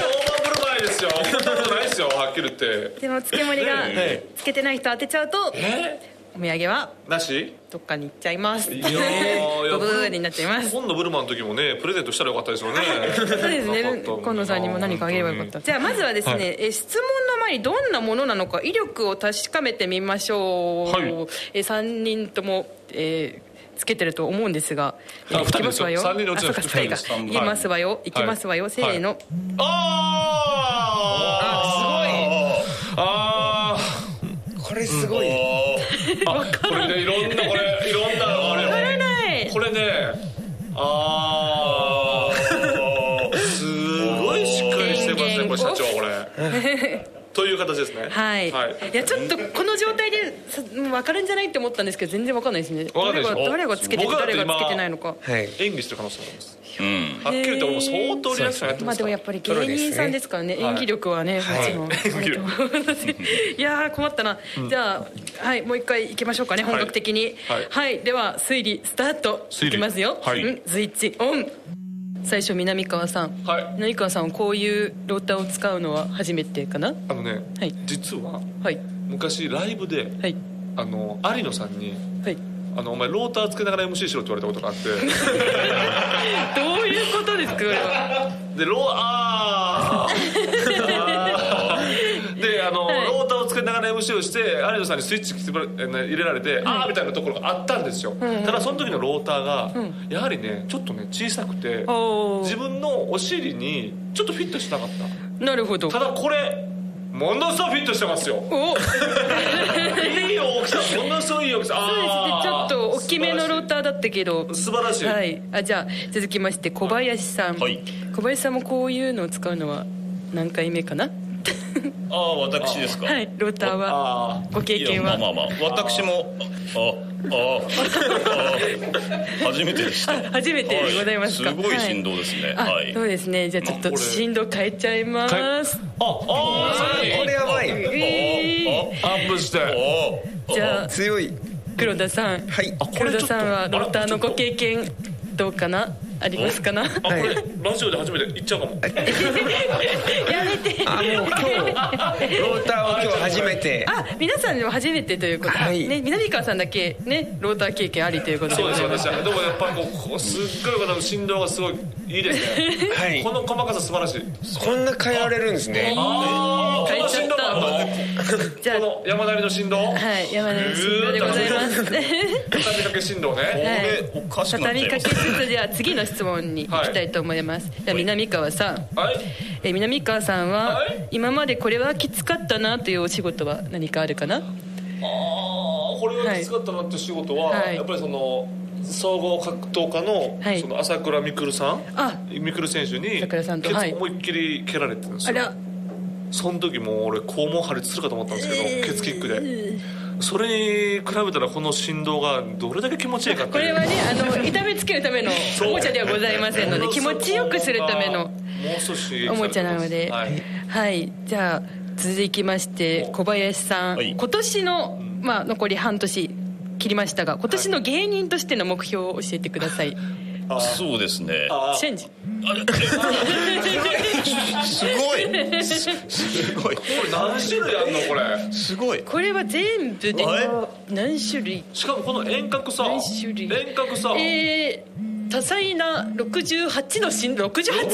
[SPEAKER 5] 大盤振る舞いですよそんなことないですよはっきり言って
[SPEAKER 3] すでも月森が
[SPEAKER 5] え
[SPEAKER 3] つけてない人当てちゃうとお土産は
[SPEAKER 5] なし
[SPEAKER 3] どっかに行っちゃいます
[SPEAKER 5] いやー
[SPEAKER 3] ごブーになっちゃいます
[SPEAKER 5] 今度ブルマの時もねプレゼントしたらよかったですよね
[SPEAKER 3] そうです
[SPEAKER 5] なか
[SPEAKER 3] ね
[SPEAKER 5] ったのにな
[SPEAKER 3] 今野さんにも何かあげればよかったじゃあまずはですね、
[SPEAKER 5] はい
[SPEAKER 3] え質問の前にどんなものなのか威力を確かめてみましょう、
[SPEAKER 5] はい
[SPEAKER 3] え3人とも、えーつけてると思うんですが、
[SPEAKER 5] あ二人
[SPEAKER 3] いきますわよ
[SPEAKER 5] ですよ三人のうちの
[SPEAKER 3] あそうか
[SPEAKER 5] 二人
[SPEAKER 3] 二
[SPEAKER 5] です
[SPEAKER 3] 人かいきますわよ、い、きますわよ、
[SPEAKER 5] はい
[SPEAKER 3] せーの、
[SPEAKER 5] はあーあす
[SPEAKER 7] これすごい、
[SPEAKER 5] ごいあこれねいろんなこれいろんなのあるよ
[SPEAKER 3] 取れない
[SPEAKER 5] これねあーすごいしっかりしてますねこれ社長これ という形ですね
[SPEAKER 3] はい、
[SPEAKER 5] はい
[SPEAKER 3] い、やちょっとこの状態でさ分かるんじゃないって思ったんですけど全然分かんないですね
[SPEAKER 5] かんない
[SPEAKER 3] 誰
[SPEAKER 5] でしょ
[SPEAKER 3] が誰がつけてて
[SPEAKER 5] 僕だって
[SPEAKER 3] 誰
[SPEAKER 5] 今
[SPEAKER 3] がつけてないのか
[SPEAKER 7] はい
[SPEAKER 5] 演技してる可能性もあります
[SPEAKER 6] うん
[SPEAKER 5] はっきり言って俺も相当リアクションやって
[SPEAKER 3] ま
[SPEAKER 5] ま
[SPEAKER 3] あ
[SPEAKER 5] すか
[SPEAKER 3] でも
[SPEAKER 5] ら
[SPEAKER 3] やっぱり芸人さんですからね
[SPEAKER 5] プロ
[SPEAKER 3] 演
[SPEAKER 5] ですね
[SPEAKER 3] 技力はね、
[SPEAKER 7] はい
[SPEAKER 3] もちろん、
[SPEAKER 5] はい
[SPEAKER 3] い、やー困ったな、じゃあはいもう一回行きましょうかね本格的に
[SPEAKER 5] は
[SPEAKER 3] はいい、では推理スタート
[SPEAKER 5] 推理
[SPEAKER 3] いきますよ、
[SPEAKER 5] はい
[SPEAKER 3] うんスイッチオン最初南川さん、
[SPEAKER 5] はい
[SPEAKER 3] 南川さんはこういうローターを使うのは初めてかな
[SPEAKER 5] あのね
[SPEAKER 3] はい
[SPEAKER 5] 実は
[SPEAKER 3] はい
[SPEAKER 5] 昔ライブで
[SPEAKER 3] はい
[SPEAKER 5] あの有野さんに
[SPEAKER 3] はい
[SPEAKER 5] 「あのお前ローターつけながら MC しろ」って言われたことがあ って
[SPEAKER 3] どういうことですかこれは
[SPEAKER 5] でローあ ーであの、
[SPEAKER 3] はい
[SPEAKER 5] ローターをつけながら MC をして有野さんにスイッチ来てもらえー入れられて、ああみたいなところがあったんですよ、ただその時のローターが、やはりねちょっとね小さくて
[SPEAKER 3] おー
[SPEAKER 5] 自分のお尻にちょっとフィットしなかった
[SPEAKER 3] なるほど
[SPEAKER 5] ただこれものすごいフィットしてます よ
[SPEAKER 3] お
[SPEAKER 5] いい大きさものすごいいい大きさ
[SPEAKER 3] そうですねちょっと大きめのロー
[SPEAKER 5] ー
[SPEAKER 3] ターだったけど
[SPEAKER 5] 素晴らしい
[SPEAKER 3] はいあじゃあ続きまして小林さん、
[SPEAKER 6] はい
[SPEAKER 3] 小林さんもこういうのを使うのは何回目かな
[SPEAKER 6] ああ私ですか
[SPEAKER 3] はいローターは
[SPEAKER 5] あ
[SPEAKER 3] ご経験
[SPEAKER 6] いやまあ
[SPEAKER 3] は
[SPEAKER 6] まあまあ私もああああ初めてでした
[SPEAKER 3] 初めてでございますか、
[SPEAKER 6] はいすごい振動ですね
[SPEAKER 3] はいあ
[SPEAKER 6] はい
[SPEAKER 3] そうですねじゃあちょ
[SPEAKER 5] あ
[SPEAKER 3] っ
[SPEAKER 5] ことれ
[SPEAKER 3] 振動変えちゃいま
[SPEAKER 5] 変え
[SPEAKER 3] す
[SPEAKER 5] ああー
[SPEAKER 7] これやばい
[SPEAKER 3] え
[SPEAKER 5] アップして
[SPEAKER 3] ーじゃあ
[SPEAKER 7] 強い
[SPEAKER 3] 黒田さん、
[SPEAKER 7] はいあこれ
[SPEAKER 3] 黒田
[SPEAKER 5] ちょっ
[SPEAKER 3] さ
[SPEAKER 5] と
[SPEAKER 3] んはローターのご
[SPEAKER 5] あれ
[SPEAKER 3] 経験どうかなありますかな
[SPEAKER 5] あこれ
[SPEAKER 7] は
[SPEAKER 5] ラジオで初めて言っちゃうかも
[SPEAKER 3] やめて
[SPEAKER 7] あもう今日ロ ーターを今日初めて
[SPEAKER 3] あ皆さんでも初めてということで、
[SPEAKER 7] はい
[SPEAKER 3] ね、南川さんだけねローター経験ありということで
[SPEAKER 5] そうです
[SPEAKER 3] ござい
[SPEAKER 5] 私
[SPEAKER 3] ま
[SPEAKER 5] はでもやっぱりこうこうすっごいこの振動がすごいいいですね
[SPEAKER 7] はい
[SPEAKER 5] この細かさ素晴らしい
[SPEAKER 7] こんな変えられるんですね
[SPEAKER 5] あこ
[SPEAKER 3] 変
[SPEAKER 5] の
[SPEAKER 3] えちゃ
[SPEAKER 5] 振
[SPEAKER 3] っ
[SPEAKER 5] 動
[SPEAKER 3] た
[SPEAKER 5] もあ
[SPEAKER 3] じゃ
[SPEAKER 5] この山なりの振動
[SPEAKER 3] あはい山田慎吾でございます
[SPEAKER 5] 畳みかけ振動ね
[SPEAKER 6] これおかしくなっ
[SPEAKER 3] 畳
[SPEAKER 6] ちゃい
[SPEAKER 3] みか
[SPEAKER 6] ま
[SPEAKER 3] け
[SPEAKER 6] す
[SPEAKER 3] つつじゃあ次の質問に行きたいと思います、じゃあ南川さん
[SPEAKER 5] はい
[SPEAKER 3] えー南川さんは、
[SPEAKER 5] はい
[SPEAKER 3] 今までこれはきつかったなというお仕事は何かあるかな
[SPEAKER 5] ああこれがきつかったなって仕事は、
[SPEAKER 3] はい
[SPEAKER 5] やっぱりその総合格闘家の,、
[SPEAKER 3] はい
[SPEAKER 5] その朝倉未来さん
[SPEAKER 3] あ
[SPEAKER 5] 未来選手に
[SPEAKER 3] 朝倉さんと
[SPEAKER 5] ケツ
[SPEAKER 3] はい
[SPEAKER 5] 思いっきり蹴られてるんです
[SPEAKER 3] あ
[SPEAKER 5] よ
[SPEAKER 3] ら
[SPEAKER 5] その時もう俺肛門破裂するかと思ったんですけどケツキックでそれに比べたらこの振動がどれだけ気持ちいいかって
[SPEAKER 3] こ
[SPEAKER 5] い
[SPEAKER 3] れ
[SPEAKER 5] う
[SPEAKER 3] はねあの痛めつけるためのおもちゃではございませんので気持ちよくするための
[SPEAKER 5] もう少し
[SPEAKER 3] おもちゃなので
[SPEAKER 5] は
[SPEAKER 3] はいい、じゃあ続きまして小林さん、
[SPEAKER 6] はい
[SPEAKER 3] 今年の、まあ、残り半年切りましたが今年の芸人としての目標を教えてください、
[SPEAKER 6] そうですね
[SPEAKER 3] チェンジ
[SPEAKER 6] すごいすすごい
[SPEAKER 5] 何種類あんのこれ
[SPEAKER 6] すごい
[SPEAKER 3] これは全部で
[SPEAKER 6] あ
[SPEAKER 3] 何種類
[SPEAKER 5] しかもこの遠隔さ
[SPEAKER 3] 何種類
[SPEAKER 5] 遠隔さ
[SPEAKER 3] えー、多彩な68の新 68?
[SPEAKER 5] 種類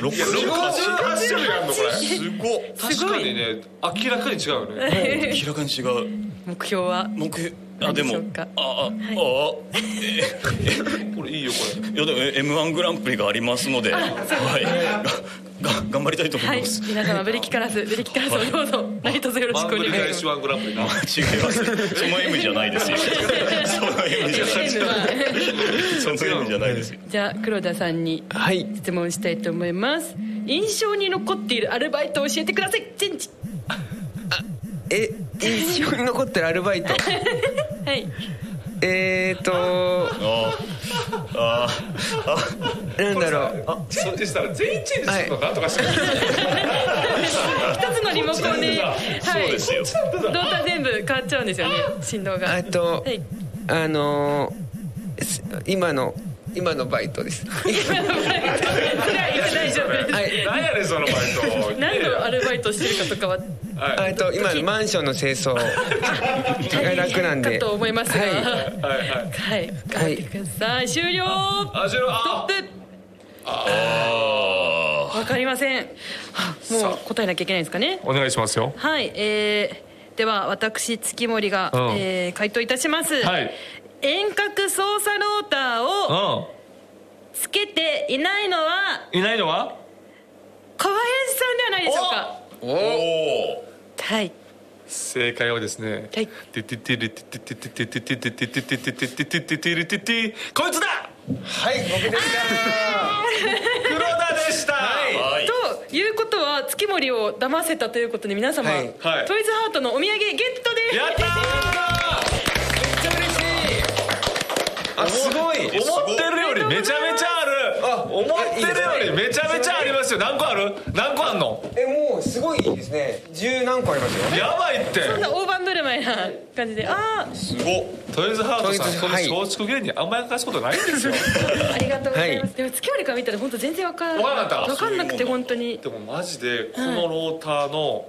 [SPEAKER 6] 六十
[SPEAKER 5] 68種類あんのこれ
[SPEAKER 6] すごっ
[SPEAKER 5] 確かにね明らかに違うよね
[SPEAKER 6] 明らかに違う
[SPEAKER 3] 目標は
[SPEAKER 6] 目標あでも
[SPEAKER 3] 何でしょうか
[SPEAKER 6] ああああ
[SPEAKER 5] これいいよこれ
[SPEAKER 6] いやでも M1 グランプリがありますので、はい、がが頑張りたいと思
[SPEAKER 3] はい い
[SPEAKER 6] ます。
[SPEAKER 3] 皆様ブレキカラスブレキカラスをどうぞ何卒よろしく
[SPEAKER 5] 番
[SPEAKER 3] お願
[SPEAKER 5] 組
[SPEAKER 3] いし
[SPEAKER 5] 返し
[SPEAKER 3] ます
[SPEAKER 5] ワングランプリな
[SPEAKER 6] 違います。その M じゃないですよ。その M じゃない。その M じゃないですよ。
[SPEAKER 3] じゃあ黒田さんに
[SPEAKER 7] はい
[SPEAKER 3] 質問したいと思います印象に残っているアルバイトを教えてくださいチェンジ
[SPEAKER 7] え印象に残ってるアルバイト
[SPEAKER 3] はい
[SPEAKER 7] えーと
[SPEAKER 6] ああ
[SPEAKER 7] なんだろう
[SPEAKER 5] あチェンジしたら全員チェンジするのかとかして
[SPEAKER 3] 一つのリモコンで
[SPEAKER 6] あ、
[SPEAKER 3] は
[SPEAKER 6] そう
[SPEAKER 3] い
[SPEAKER 6] ですよ。
[SPEAKER 3] 動体全部変わっちゃうんですよね振動が
[SPEAKER 7] えっと
[SPEAKER 3] はい
[SPEAKER 7] あのーす今の今のバイトです
[SPEAKER 3] 今のバイトそれは言って大丈夫です
[SPEAKER 7] はい
[SPEAKER 5] 何やねんそのバイト
[SPEAKER 3] 何のアルバイトしてるかとかは
[SPEAKER 7] あえっと今のマンションの清掃が楽なん
[SPEAKER 3] か
[SPEAKER 7] で
[SPEAKER 3] と思いますが
[SPEAKER 7] はい
[SPEAKER 5] はいはい
[SPEAKER 3] はい頑張ってください終了
[SPEAKER 5] あじゃ
[SPEAKER 3] トッ
[SPEAKER 5] あ
[SPEAKER 3] プ
[SPEAKER 6] あ
[SPEAKER 3] わかりませんはあもう答えなきゃいけないんですかね
[SPEAKER 5] お願いしますよ
[SPEAKER 3] はい、えー、では私月森が、
[SPEAKER 5] うん
[SPEAKER 3] えー回答いたします、
[SPEAKER 5] はい
[SPEAKER 3] 遠隔操作ローターを
[SPEAKER 5] う
[SPEAKER 3] つけていないのは
[SPEAKER 5] んいないのは
[SPEAKER 3] 小林さんではないでしょうか
[SPEAKER 6] あ、おお。
[SPEAKER 3] はい
[SPEAKER 5] 正解はですね
[SPEAKER 3] はい
[SPEAKER 5] テテテレテテテテテテテテテテテテテテテテテテこいつだ
[SPEAKER 7] はい僕です
[SPEAKER 5] 黒田でしたは
[SPEAKER 6] はい。
[SPEAKER 3] ということは月森を騙せたということで皆様、
[SPEAKER 7] はい
[SPEAKER 5] はい
[SPEAKER 3] トイズハートのお土産ゲットです
[SPEAKER 5] やったー
[SPEAKER 7] あすごい
[SPEAKER 5] 思ってるよりめちゃめちゃある思ってるよりめちゃめちゃありますよ何個ある何個あんの
[SPEAKER 7] えもうすごいですね十何個ありますよ
[SPEAKER 5] やばいって
[SPEAKER 3] こんな大盤振る舞いな感じであ
[SPEAKER 6] すごっ。
[SPEAKER 5] トイズハートさんこの
[SPEAKER 7] はい
[SPEAKER 5] 松竹芸人あんまやかすことないんですよ
[SPEAKER 3] あありがとうございます、
[SPEAKER 7] は
[SPEAKER 3] でも月森から見たら本当全然わから
[SPEAKER 5] わからなかった
[SPEAKER 3] わかんなくて本当に
[SPEAKER 5] でもマジでこのローターの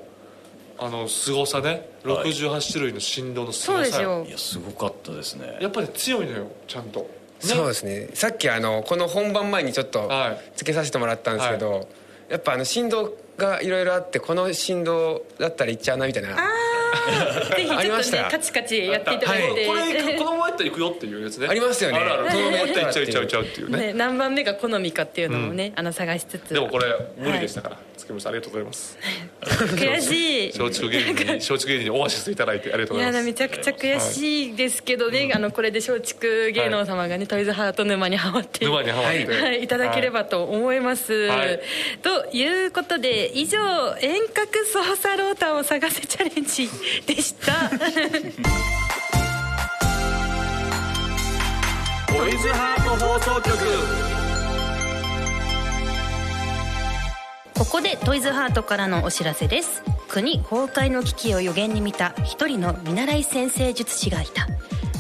[SPEAKER 5] あの凄さね
[SPEAKER 6] はい
[SPEAKER 5] 68種類の振動の
[SPEAKER 3] そ
[SPEAKER 5] 凄
[SPEAKER 3] うです
[SPEAKER 5] さ
[SPEAKER 3] よ
[SPEAKER 6] いやすごかったですね。
[SPEAKER 5] やっぱり強いのよちゃんと
[SPEAKER 7] そうですねさっきあのこの本番前にちょっと
[SPEAKER 5] はい
[SPEAKER 7] つけさせてもらったんですけど、やっぱあの振動がいろいろあってこの振動だったらいっちゃうなみたいなあ
[SPEAKER 3] ぜ ひちょ
[SPEAKER 7] ありま
[SPEAKER 3] っ
[SPEAKER 7] し
[SPEAKER 3] とね
[SPEAKER 7] た
[SPEAKER 3] カチカチやっていただいて、
[SPEAKER 7] は
[SPEAKER 5] これこのままやったら行くよっていうやつね
[SPEAKER 7] ありますよね
[SPEAKER 5] あるあるこのままやったら行っちゃう行っちゃう行っちゃうっていうね
[SPEAKER 3] ね、 何番目が好みかっていうのをね、あの探しつつ
[SPEAKER 5] でもこれ無理でしたから月村さんありがとうございます
[SPEAKER 3] 悔しい
[SPEAKER 5] 松竹芸人に松竹芸人にオアシスいただいてありがとう
[SPEAKER 3] い
[SPEAKER 5] ござい
[SPEAKER 3] や
[SPEAKER 5] ます
[SPEAKER 3] めちゃくちゃ悔しいですけどね、あのこれで松竹芸能様がね、トイズハート沼にハマって
[SPEAKER 5] 沼にハマって
[SPEAKER 3] はい、いただければと思います、
[SPEAKER 5] はい
[SPEAKER 3] ということで以上遠隔操作ローターを探せチャレンジでした
[SPEAKER 5] トイズハート放送局
[SPEAKER 2] ここでトイズハートからのお知らせです国崩壊の危機を予言に見た一人の見習い先生術師がいた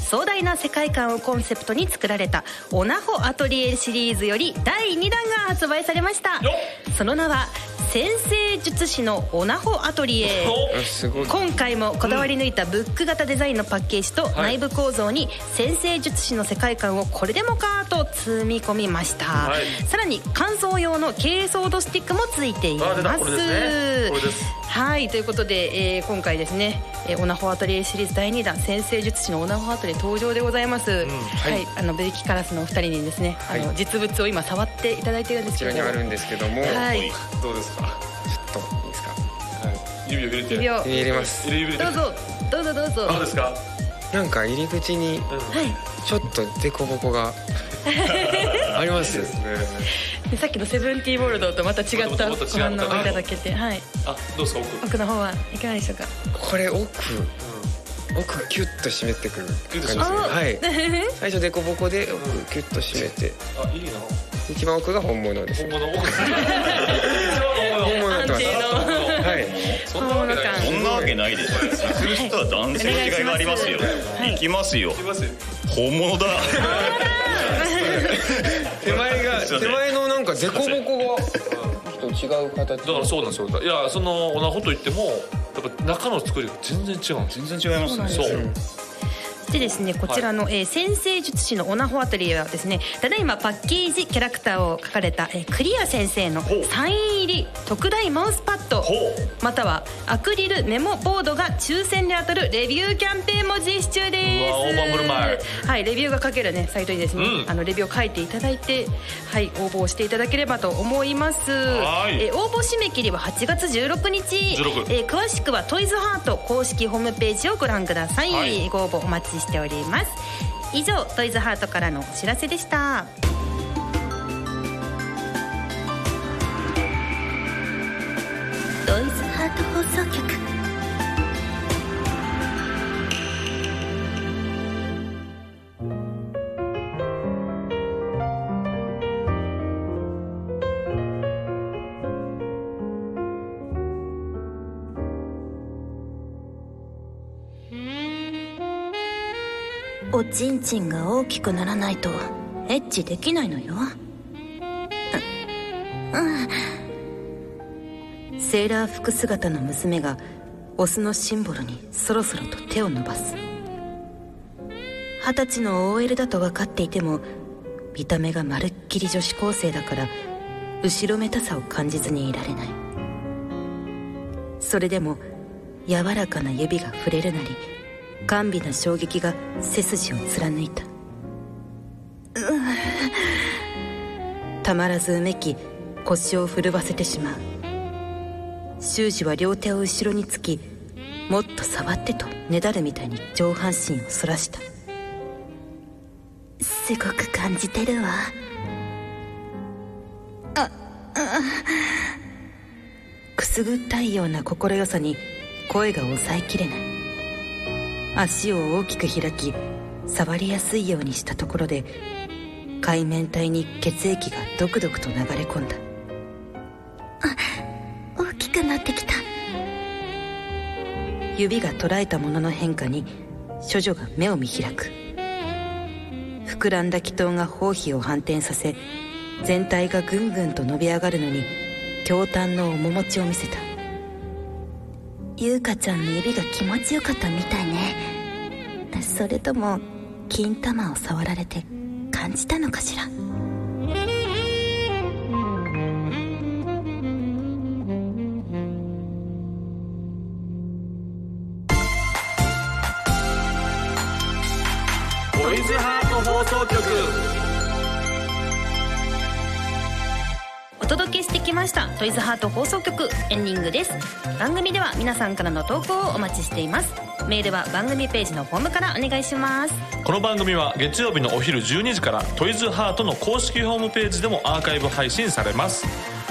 [SPEAKER 2] 壮大な世界観をコンセプトに作られた「オナホアトリエ」シリーズより第2弾が発売されました
[SPEAKER 5] よ
[SPEAKER 2] その名は「先生術師のオナホアトリエ」
[SPEAKER 7] すごい
[SPEAKER 2] 今回もこだわり抜いたブック型デザインのパッケージと
[SPEAKER 5] い
[SPEAKER 2] 内部構造に先生術師の世界観をこれでもかと積み込みました、
[SPEAKER 5] はい
[SPEAKER 2] さらに乾燥用の軽ソードスティックもついていま
[SPEAKER 5] あ出
[SPEAKER 2] す
[SPEAKER 5] たこれですねこれです
[SPEAKER 2] はいということで、えー今回ですね、えーオナホアトリエシリーズ第2弾先生術師のオナホアトリエ登場でございます、はい、あのブレキカラスのお二人にですね、あの実物を今触っていただいてるんです
[SPEAKER 7] こち
[SPEAKER 2] け
[SPEAKER 7] ら
[SPEAKER 2] ど
[SPEAKER 7] にあるんですけども、
[SPEAKER 2] は
[SPEAKER 6] おい
[SPEAKER 2] い
[SPEAKER 5] どうですか
[SPEAKER 7] ちょっといいですか
[SPEAKER 5] はい指を入れて
[SPEAKER 2] 指を
[SPEAKER 7] 指入れます
[SPEAKER 5] 入れ指入れ
[SPEAKER 2] どう
[SPEAKER 5] て
[SPEAKER 2] ぞどうぞどうぞ
[SPEAKER 5] どうですか
[SPEAKER 7] なんか入り口にちょっと凸凹 があります
[SPEAKER 3] でさっきのセブンティーボールドとまた違った
[SPEAKER 5] また違った
[SPEAKER 3] 反応をいただけてはい
[SPEAKER 5] あどうですか奥
[SPEAKER 3] 奥の方はいかがでしょうか
[SPEAKER 7] これ奥奥がキュッと締めてくる
[SPEAKER 5] キュッ
[SPEAKER 7] 感
[SPEAKER 5] と
[SPEAKER 7] じ
[SPEAKER 5] 締
[SPEAKER 7] で
[SPEAKER 5] め
[SPEAKER 7] すね
[SPEAKER 5] てくる
[SPEAKER 7] はい 最初凸凹で奥キュッと締めて
[SPEAKER 5] あいいな
[SPEAKER 7] 一番奥が本物です
[SPEAKER 5] 本
[SPEAKER 7] ね
[SPEAKER 5] 物奥一番本
[SPEAKER 7] 本物になってます
[SPEAKER 3] 安定の
[SPEAKER 7] はい
[SPEAKER 5] 物そんなわけない
[SPEAKER 6] そんなわけないですよ。する人は男性の違いがありますよ。行きますよ。
[SPEAKER 5] いますよ
[SPEAKER 6] 本物だ。
[SPEAKER 7] 手前が
[SPEAKER 6] すいませ
[SPEAKER 7] 手
[SPEAKER 6] ん
[SPEAKER 7] 前のなんか凸凹がちょっと違う形
[SPEAKER 5] だからそうなんですよいやそのオナホと言ってもやっぱ中の作りが全然違うんですよ
[SPEAKER 6] 全然違いますね
[SPEAKER 5] そう
[SPEAKER 2] でですねこちらの、えー先生術師のオナホアトリエはですねただいまパッケージキャラクターを書かれた、えークリア先生の
[SPEAKER 5] ほう
[SPEAKER 2] サイン入り特大マウスパッド
[SPEAKER 5] ほ
[SPEAKER 2] またはアクリルメモボードが抽選で当たるレビューキャンペーンも実施中です
[SPEAKER 5] うわ大盤振る舞
[SPEAKER 2] はいレビューが書けるねサイトにですね、
[SPEAKER 5] うん
[SPEAKER 2] あのレビューを書いていただいてはい応募していただければと思います
[SPEAKER 5] はい
[SPEAKER 2] えー応募締め切りは8月16日
[SPEAKER 5] 16
[SPEAKER 2] えー詳しくはトイズハート公式ホームページをご覧ください、
[SPEAKER 5] はい
[SPEAKER 2] ご応募お待ちしております以上トイズハートからのお知らせでした
[SPEAKER 1] ドイツハート放送局おちんちんが大きくならないとエッチできないのよセーラー服姿の娘がオスのシンボルにそろそろと手を伸ばす二十歳の OL だと分かっていても見た目がまるっきり女子高生だから後ろめたさを感じずにいられないそれでも柔らかな指が触れるなり甘美な衝撃が背筋を貫いたうわたまらずうめき腰を震わせてしまう修士は両手を後ろにつきもっと触ってとねだるみたいに上半身を反らしたすごく感じてるわああくすぐったいような心よさに声が抑えきれない足を大きく開き触りやすいようにしたところで海綿体に血液がドクドクと流れ込んだ大きくなってきた指が捉えたものの変化に処女が目を見開く膨らんだ気筒が包皮を反転させ全体がぐんぐんと伸び上がるのに驚嘆の面持ちを見せた優香ちゃんの指が気持ちよかったみたいねそれとも金玉を触られて感じたのかしら
[SPEAKER 5] トイズハート放送局
[SPEAKER 2] お届けしてきましたトイズハート放送局エンディングです番組では皆さんからの投稿をお待ちしていますメールは番組ページのフォームからお願いします
[SPEAKER 5] この番組は月曜日のお昼12時からトイズハートの公式ホームページでもアーカイブ配信されます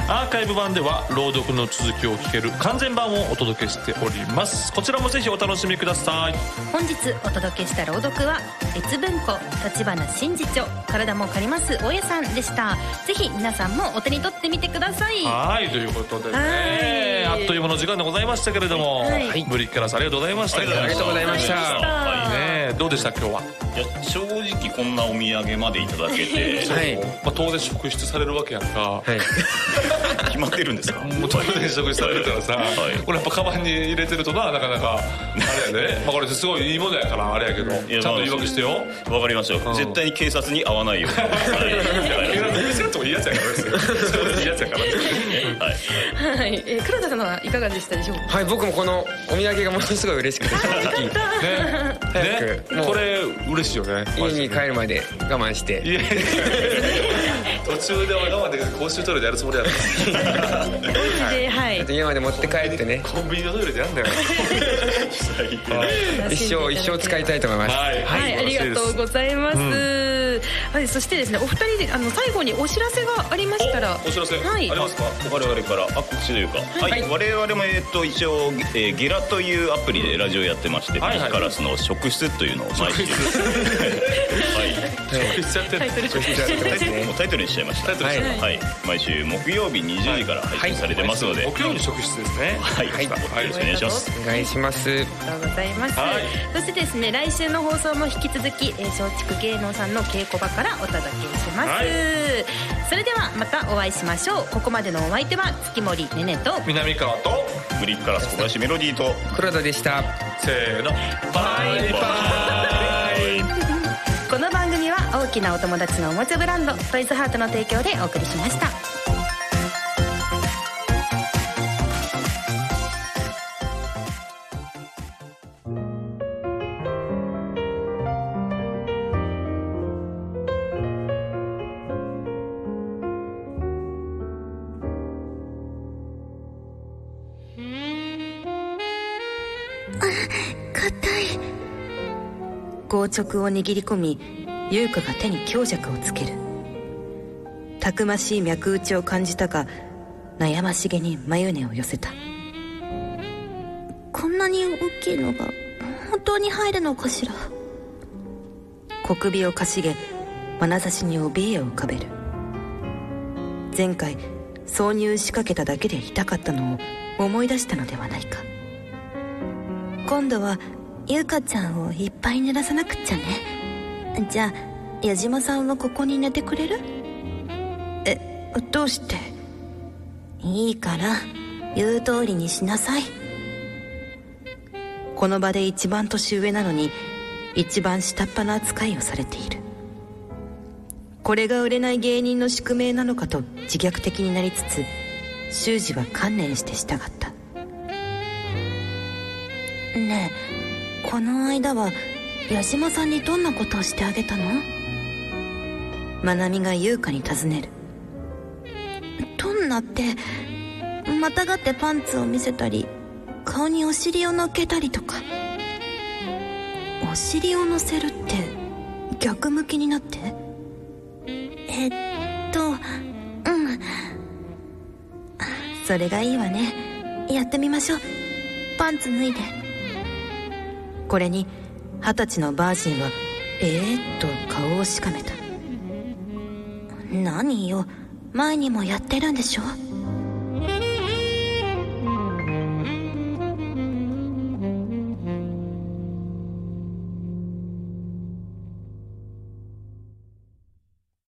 [SPEAKER 5] アーカイブ版では朗読の続きを聞ける完全版をお届けしておりますこちらもぜひお楽しみください
[SPEAKER 2] 本日お届けした朗読は越文庫立花真嗣著体も借ります大家さんでしたぜひ皆さんもお手に取ってみてください
[SPEAKER 5] はいということでね
[SPEAKER 2] は
[SPEAKER 5] あ
[SPEAKER 2] い
[SPEAKER 5] っという間の時間でございましたけれども、
[SPEAKER 2] はい
[SPEAKER 5] ブリッカラさんありがとうございました
[SPEAKER 7] ありがとうございました
[SPEAKER 6] は
[SPEAKER 5] ねえどうでした今日は、
[SPEAKER 6] いいや正直こんなお土産までいただけて
[SPEAKER 7] はい
[SPEAKER 5] まあ、当然職質されるわけやんか、
[SPEAKER 7] はい
[SPEAKER 6] 決まってるんですか
[SPEAKER 5] もう当然職質されるからさ、
[SPEAKER 6] はい
[SPEAKER 5] これやっぱカバンに入れてるとななかなかあれやねまあこれすごいいいものやからあれやけど
[SPEAKER 6] いや
[SPEAKER 5] ちゃんと言い訳してよ
[SPEAKER 6] わかりましたよ、
[SPEAKER 5] うん
[SPEAKER 6] 絶対に警察に会わないように、はい
[SPEAKER 5] 警察に見せるとこいいやつやからですよいいやつやから
[SPEAKER 6] はい
[SPEAKER 3] はい、えー、黒田さんはいかがでしたでしょうか
[SPEAKER 7] はい僕もこのお土産がものすごい嬉しくて正直
[SPEAKER 5] ね
[SPEAKER 7] 早く
[SPEAKER 5] ね
[SPEAKER 7] もう
[SPEAKER 5] これ嬉しいよねマジで
[SPEAKER 7] 家に帰るまで我慢して
[SPEAKER 5] いやいや途中で我慢できず公衆トイレでやるつもりやった
[SPEAKER 3] ではい
[SPEAKER 7] 家まで持って帰ってね
[SPEAKER 5] コンビニのトイレでやんだよはい
[SPEAKER 7] 一生一生使いたいと思います
[SPEAKER 5] はい、
[SPEAKER 3] はい、ありがとうございます。はい、そしてですね、お二人で、あの、最後にお知らせがありましたら。
[SPEAKER 5] おお知らせ、
[SPEAKER 3] はい
[SPEAKER 5] ありますか
[SPEAKER 6] 我々からあ告知というか、はい我々も、えっと一応、えーゲラというアプリでラジオやってまして、
[SPEAKER 5] はいはい
[SPEAKER 6] カラスの職質というのを毎週、
[SPEAKER 5] しちゃってる
[SPEAKER 6] はい、もうタイトルにしちゃいました、
[SPEAKER 7] はい
[SPEAKER 6] はい毎週木曜日20時から配信されてますので、
[SPEAKER 5] 木曜日職質ですね
[SPEAKER 6] はい
[SPEAKER 5] はい
[SPEAKER 6] よろしくお願いします
[SPEAKER 7] お願いします
[SPEAKER 2] ありがとうございます、
[SPEAKER 5] はい
[SPEAKER 2] そしてですね来週の放送も引き続き、えー、松竹芸能さんの稽古場からお届けします、
[SPEAKER 5] はい
[SPEAKER 2] それではまたお会いしましょうここまでのお相手は月森ねねと
[SPEAKER 5] 南川と
[SPEAKER 6] ブリックカラス小林メロディーと
[SPEAKER 7] 黒田でした
[SPEAKER 5] せーのバイバイ
[SPEAKER 2] この番組は大きなお友達のおもちゃブランドトイズハートの提供でお送りしました
[SPEAKER 1] 硬い硬直を握り込み優香が手に強弱をつけるたくましい脈打ちを感じたが悩ましげに眉根を寄せたこんなに大きいのが本当に入るのかしら小首をかしげ眼差しに怯えを浮かべる前回挿入しかけただけで痛かったのを思い出したのではないか今度は優香ちゃんをいっぱい寝らさなくっちゃねじゃあ矢島さんはここに寝てくれるえどうしていいから言う通りにしなさいこの場で一番年上なのに一番下っ端な扱いをされているこれが売れない芸人の宿命なのかと自虐的になりつつ修二は観念して従ったねえこの間は矢島さんにどんなことをしてあげたのまなみが優香に尋ねるどんなってまたがってパンツを見せたり顔にお尻をのっけたりとかお尻を乗せるって逆向きになってえっとうんそれがいいわねやってみましょうパンツ脱いでこれに二十歳のバージンはえー、っと顔をしかめた何よ前にもやってるんでしょ